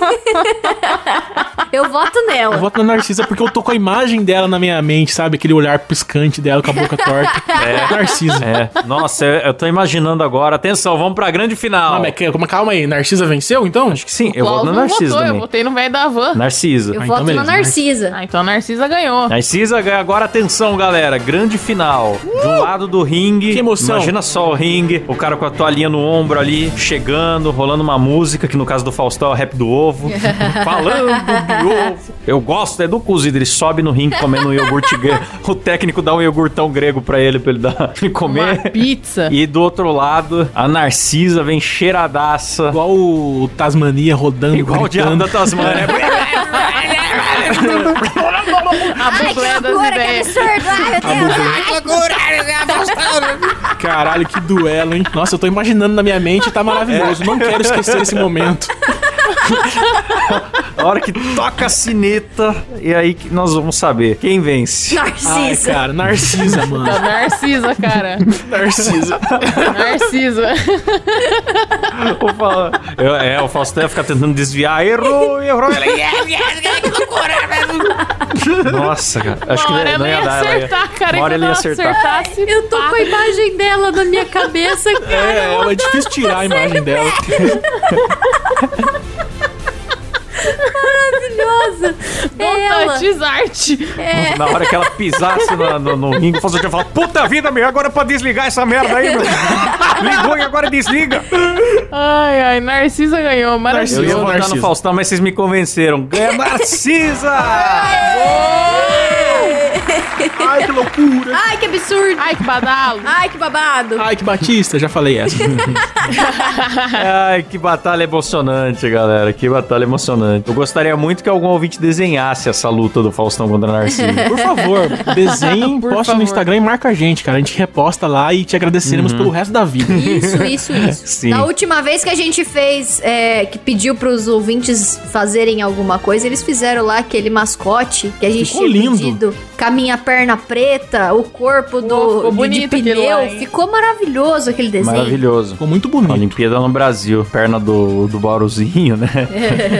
[SPEAKER 5] Eu voto nela.
[SPEAKER 3] Eu voto na Narcisa porque eu tô com a imagem dela na minha mente, sabe? Aquele olhar piscante dela com a boca torta. É. Narcisa.
[SPEAKER 1] É, nossa, eu, eu tô imaginando agora. Atenção, vamos pra grande final.
[SPEAKER 3] Ah, mas que- mas calma aí, Narcisa venceu então?
[SPEAKER 1] Acho que sim, eu vou
[SPEAKER 2] Cláudio
[SPEAKER 1] na
[SPEAKER 2] não
[SPEAKER 1] Narcisa
[SPEAKER 2] votou, eu
[SPEAKER 1] também.
[SPEAKER 2] votei no velho da van.
[SPEAKER 1] Narcisa.
[SPEAKER 5] Eu
[SPEAKER 3] Ah, então
[SPEAKER 5] voto
[SPEAKER 3] beleza,
[SPEAKER 5] na Narcisa.
[SPEAKER 2] Ah, então a Narcisa ganhou.
[SPEAKER 1] Narcisa ganha agora atenção, galera. Grande final. De um lado do ringue.
[SPEAKER 3] Que emoção.
[SPEAKER 1] Imagina só o ringue. O cara com a toalhinha no ombro ali, chegando, rolando uma música, que no caso do Faustão é o rap do ovo. falando de ovo. Eu gosto, é do cozido. Ele sobe no ringue comendo um iogurte grego. O técnico dá um iogurtão grego pra ele, pra ele, dar, pra ele comer.
[SPEAKER 2] Uma pizza.
[SPEAKER 1] E do outro lado, a Narcisa vem cheiradaça.
[SPEAKER 3] Igual o Tasmania rodando,
[SPEAKER 1] Igual o diabo
[SPEAKER 3] gritando.
[SPEAKER 1] da Tasmania.
[SPEAKER 2] A bublé das
[SPEAKER 5] loucura,
[SPEAKER 2] ideias.
[SPEAKER 5] é absurdo! Ai, meu Deus!
[SPEAKER 3] Caralho, que duelo, hein? Nossa, eu tô imaginando na minha mente, tá maravilhoso. Não quero esquecer esse momento.
[SPEAKER 1] A hora que toca a sineta, e aí que nós vamos saber quem vence.
[SPEAKER 3] Ai,
[SPEAKER 5] Narcisa!
[SPEAKER 3] cara, Narcisa,
[SPEAKER 2] A
[SPEAKER 3] mano.
[SPEAKER 2] Narcisa, cara.
[SPEAKER 3] Narcisa.
[SPEAKER 2] Narcisa.
[SPEAKER 1] Eu falo- eu- é, o Faustão ia ficar tentando desviar. Errou, errou. Ela, "Yeah, yeah, yeah, que loucura, velho." Nossa, cara. Acho
[SPEAKER 2] Uma hora
[SPEAKER 1] que não
[SPEAKER 2] ela
[SPEAKER 1] ia
[SPEAKER 2] ia
[SPEAKER 1] dar. ela ia-
[SPEAKER 2] acertar, cara.
[SPEAKER 1] Uma hora
[SPEAKER 2] quando
[SPEAKER 1] ele ia
[SPEAKER 2] ela
[SPEAKER 1] acertar.
[SPEAKER 2] acertasse,
[SPEAKER 5] Eu tô com a imagem dela na minha cabeça,
[SPEAKER 3] É,
[SPEAKER 5] cara.
[SPEAKER 3] ela é difícil tirar a imagem dela.
[SPEAKER 5] Maravilhosa. É ela.
[SPEAKER 2] Montantes arte. É.
[SPEAKER 1] Na hora que ela pisasse na- no, no ringue, o Faustão ia falar: Puta vida, meu, agora é pra desligar essa merda aí, meu. Ligou e agora desliga.
[SPEAKER 2] Ai, ai, Narcisa ganhou. Maravilhoso.
[SPEAKER 1] Eu ia votar
[SPEAKER 3] Narcisa.
[SPEAKER 1] no Faustão, mas vocês me convenceram. Ganha Narcisa!
[SPEAKER 3] Ai, que loucura.
[SPEAKER 5] Ai, que absurdo.
[SPEAKER 2] Ai, que badalo.
[SPEAKER 5] Ai, que babado.
[SPEAKER 3] Ai, que Batista, já falei essa.
[SPEAKER 1] Ai, que batalha emocionante, galera. Que batalha emocionante. Eu gostaria muito que algum ouvinte desenhasse essa luta do Faustão contra a Narcisa.
[SPEAKER 3] Por favor, desenhem,
[SPEAKER 2] Por
[SPEAKER 3] posta no
[SPEAKER 2] favor.
[SPEAKER 3] Instagram e marca a gente, cara. A gente reposta lá e te agradeceremos pelo resto da vida.
[SPEAKER 5] Isso, isso, isso.
[SPEAKER 1] Sim.
[SPEAKER 5] Da última vez que a gente fez, é, que pediu pros ouvintes fazerem alguma coisa, eles fizeram lá aquele mascote que a gente
[SPEAKER 3] Ficou
[SPEAKER 5] tinha
[SPEAKER 3] lindo.
[SPEAKER 5] pedido. Com a minha perna preta, o corpo do
[SPEAKER 2] ficou
[SPEAKER 5] de- de
[SPEAKER 2] bonito aquele
[SPEAKER 5] pneu.
[SPEAKER 2] lá, hein?
[SPEAKER 5] ficou maravilhoso aquele desenho.
[SPEAKER 1] Maravilhoso.
[SPEAKER 3] Ficou muito
[SPEAKER 1] A
[SPEAKER 3] bonito.
[SPEAKER 1] Olimpíada no Brasil, perna do, do Bauruzinho, né?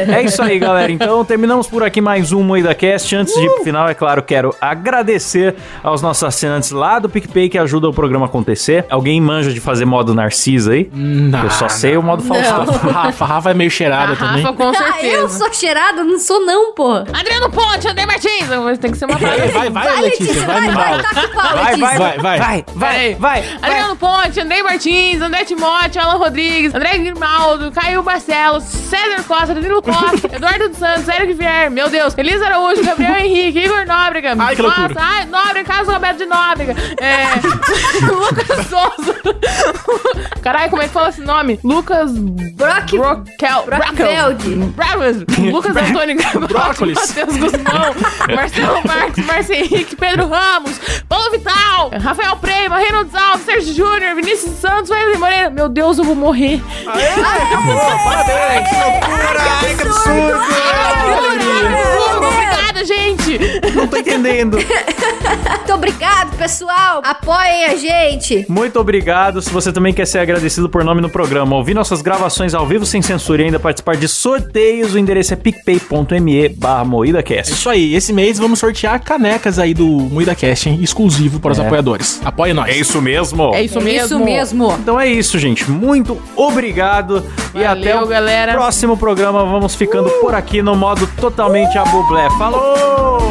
[SPEAKER 1] é isso aí, galera. Então, terminamos por aqui mais um Moída Cast. Antes de ir pro final, é claro, quero agradecer aos nossos assinantes lá do PicPay que ajudam o programa a acontecer. Alguém manja de fazer modo Narcisa aí?
[SPEAKER 3] Não,
[SPEAKER 1] Eu só sei o modo Faustão.
[SPEAKER 3] Rafa, Rafa é meio cheirada
[SPEAKER 2] A
[SPEAKER 3] também.
[SPEAKER 2] Rafa, com
[SPEAKER 5] Ah, eu
[SPEAKER 2] certeza.
[SPEAKER 5] sou cheirada? Não sou não, porra.
[SPEAKER 2] Adriano Ponte, André Martins. Eu vou- Tem que ser uma
[SPEAKER 3] Vai,
[SPEAKER 2] frase.
[SPEAKER 3] vai, vai, Letícia, vai,
[SPEAKER 5] vai,
[SPEAKER 3] vai.
[SPEAKER 5] vai, tá que pau,
[SPEAKER 1] Vai,
[SPEAKER 5] Letícia.
[SPEAKER 1] vai, vai,
[SPEAKER 3] vai.
[SPEAKER 1] vai, vai, vai.
[SPEAKER 2] Adriano Ponte, André Martins, André Timote, Alan Rodrigues, André Grimaldo, Caio Barcelos, César Costa, Danilo Costa, Eduardo dos Santos, Eric Vier, meu Deus, Elisa Araújo, Gabriel Henrique, Igor Nóbrega,
[SPEAKER 3] Ai, que loucura.
[SPEAKER 2] Nossa, ai, Nóbrega, Carlos Roberto de Nóbrega, é, Lucas Souza, caralho, como é que fala esse nome? Lucas
[SPEAKER 5] Brock,
[SPEAKER 2] Broquel,
[SPEAKER 5] Brockfeld.
[SPEAKER 2] Bravos, Lucas Antônio Gabriel,
[SPEAKER 3] Brócolis.
[SPEAKER 2] Matheus Guzmão, Marcelo Marques, Marcelo Henrique, Pedro Ramos, Paulo Vital, Rafael Prema, Reinaldo Alves, Sérgio Júnior, Vinícius Santos, Wesley Moreira. Meu Deus, eu vou morrer.
[SPEAKER 7] Parabéns, que loucura! Ai, que absurdo!
[SPEAKER 2] Fogo, Obrigada, gente.
[SPEAKER 1] Não tô entendendo.
[SPEAKER 5] Muito obrigado, pessoal. Apoiem a gente.
[SPEAKER 1] Muito obrigado. Se você também quer ser agradecido por nome no programa, ouvir nossas gravações ao vivo sem censura e ainda participar de sorteios, o endereço é picpay.me barra
[SPEAKER 3] É
[SPEAKER 1] moídacast.
[SPEAKER 3] Isso aí, esse mês vamos sortear canecas aí do Moída Cast, hein? Exclusivo para os apoiadores. Apoia nós.
[SPEAKER 1] É isso mesmo.
[SPEAKER 2] É isso
[SPEAKER 7] É
[SPEAKER 2] mesmo.
[SPEAKER 7] Isso mesmo.
[SPEAKER 1] Então é isso, gente. Muito obrigado. e
[SPEAKER 2] Valeu,
[SPEAKER 1] até o
[SPEAKER 2] galera.
[SPEAKER 1] próximo programa. Vamos ficando por aqui no modo totalmente abublé. Falou!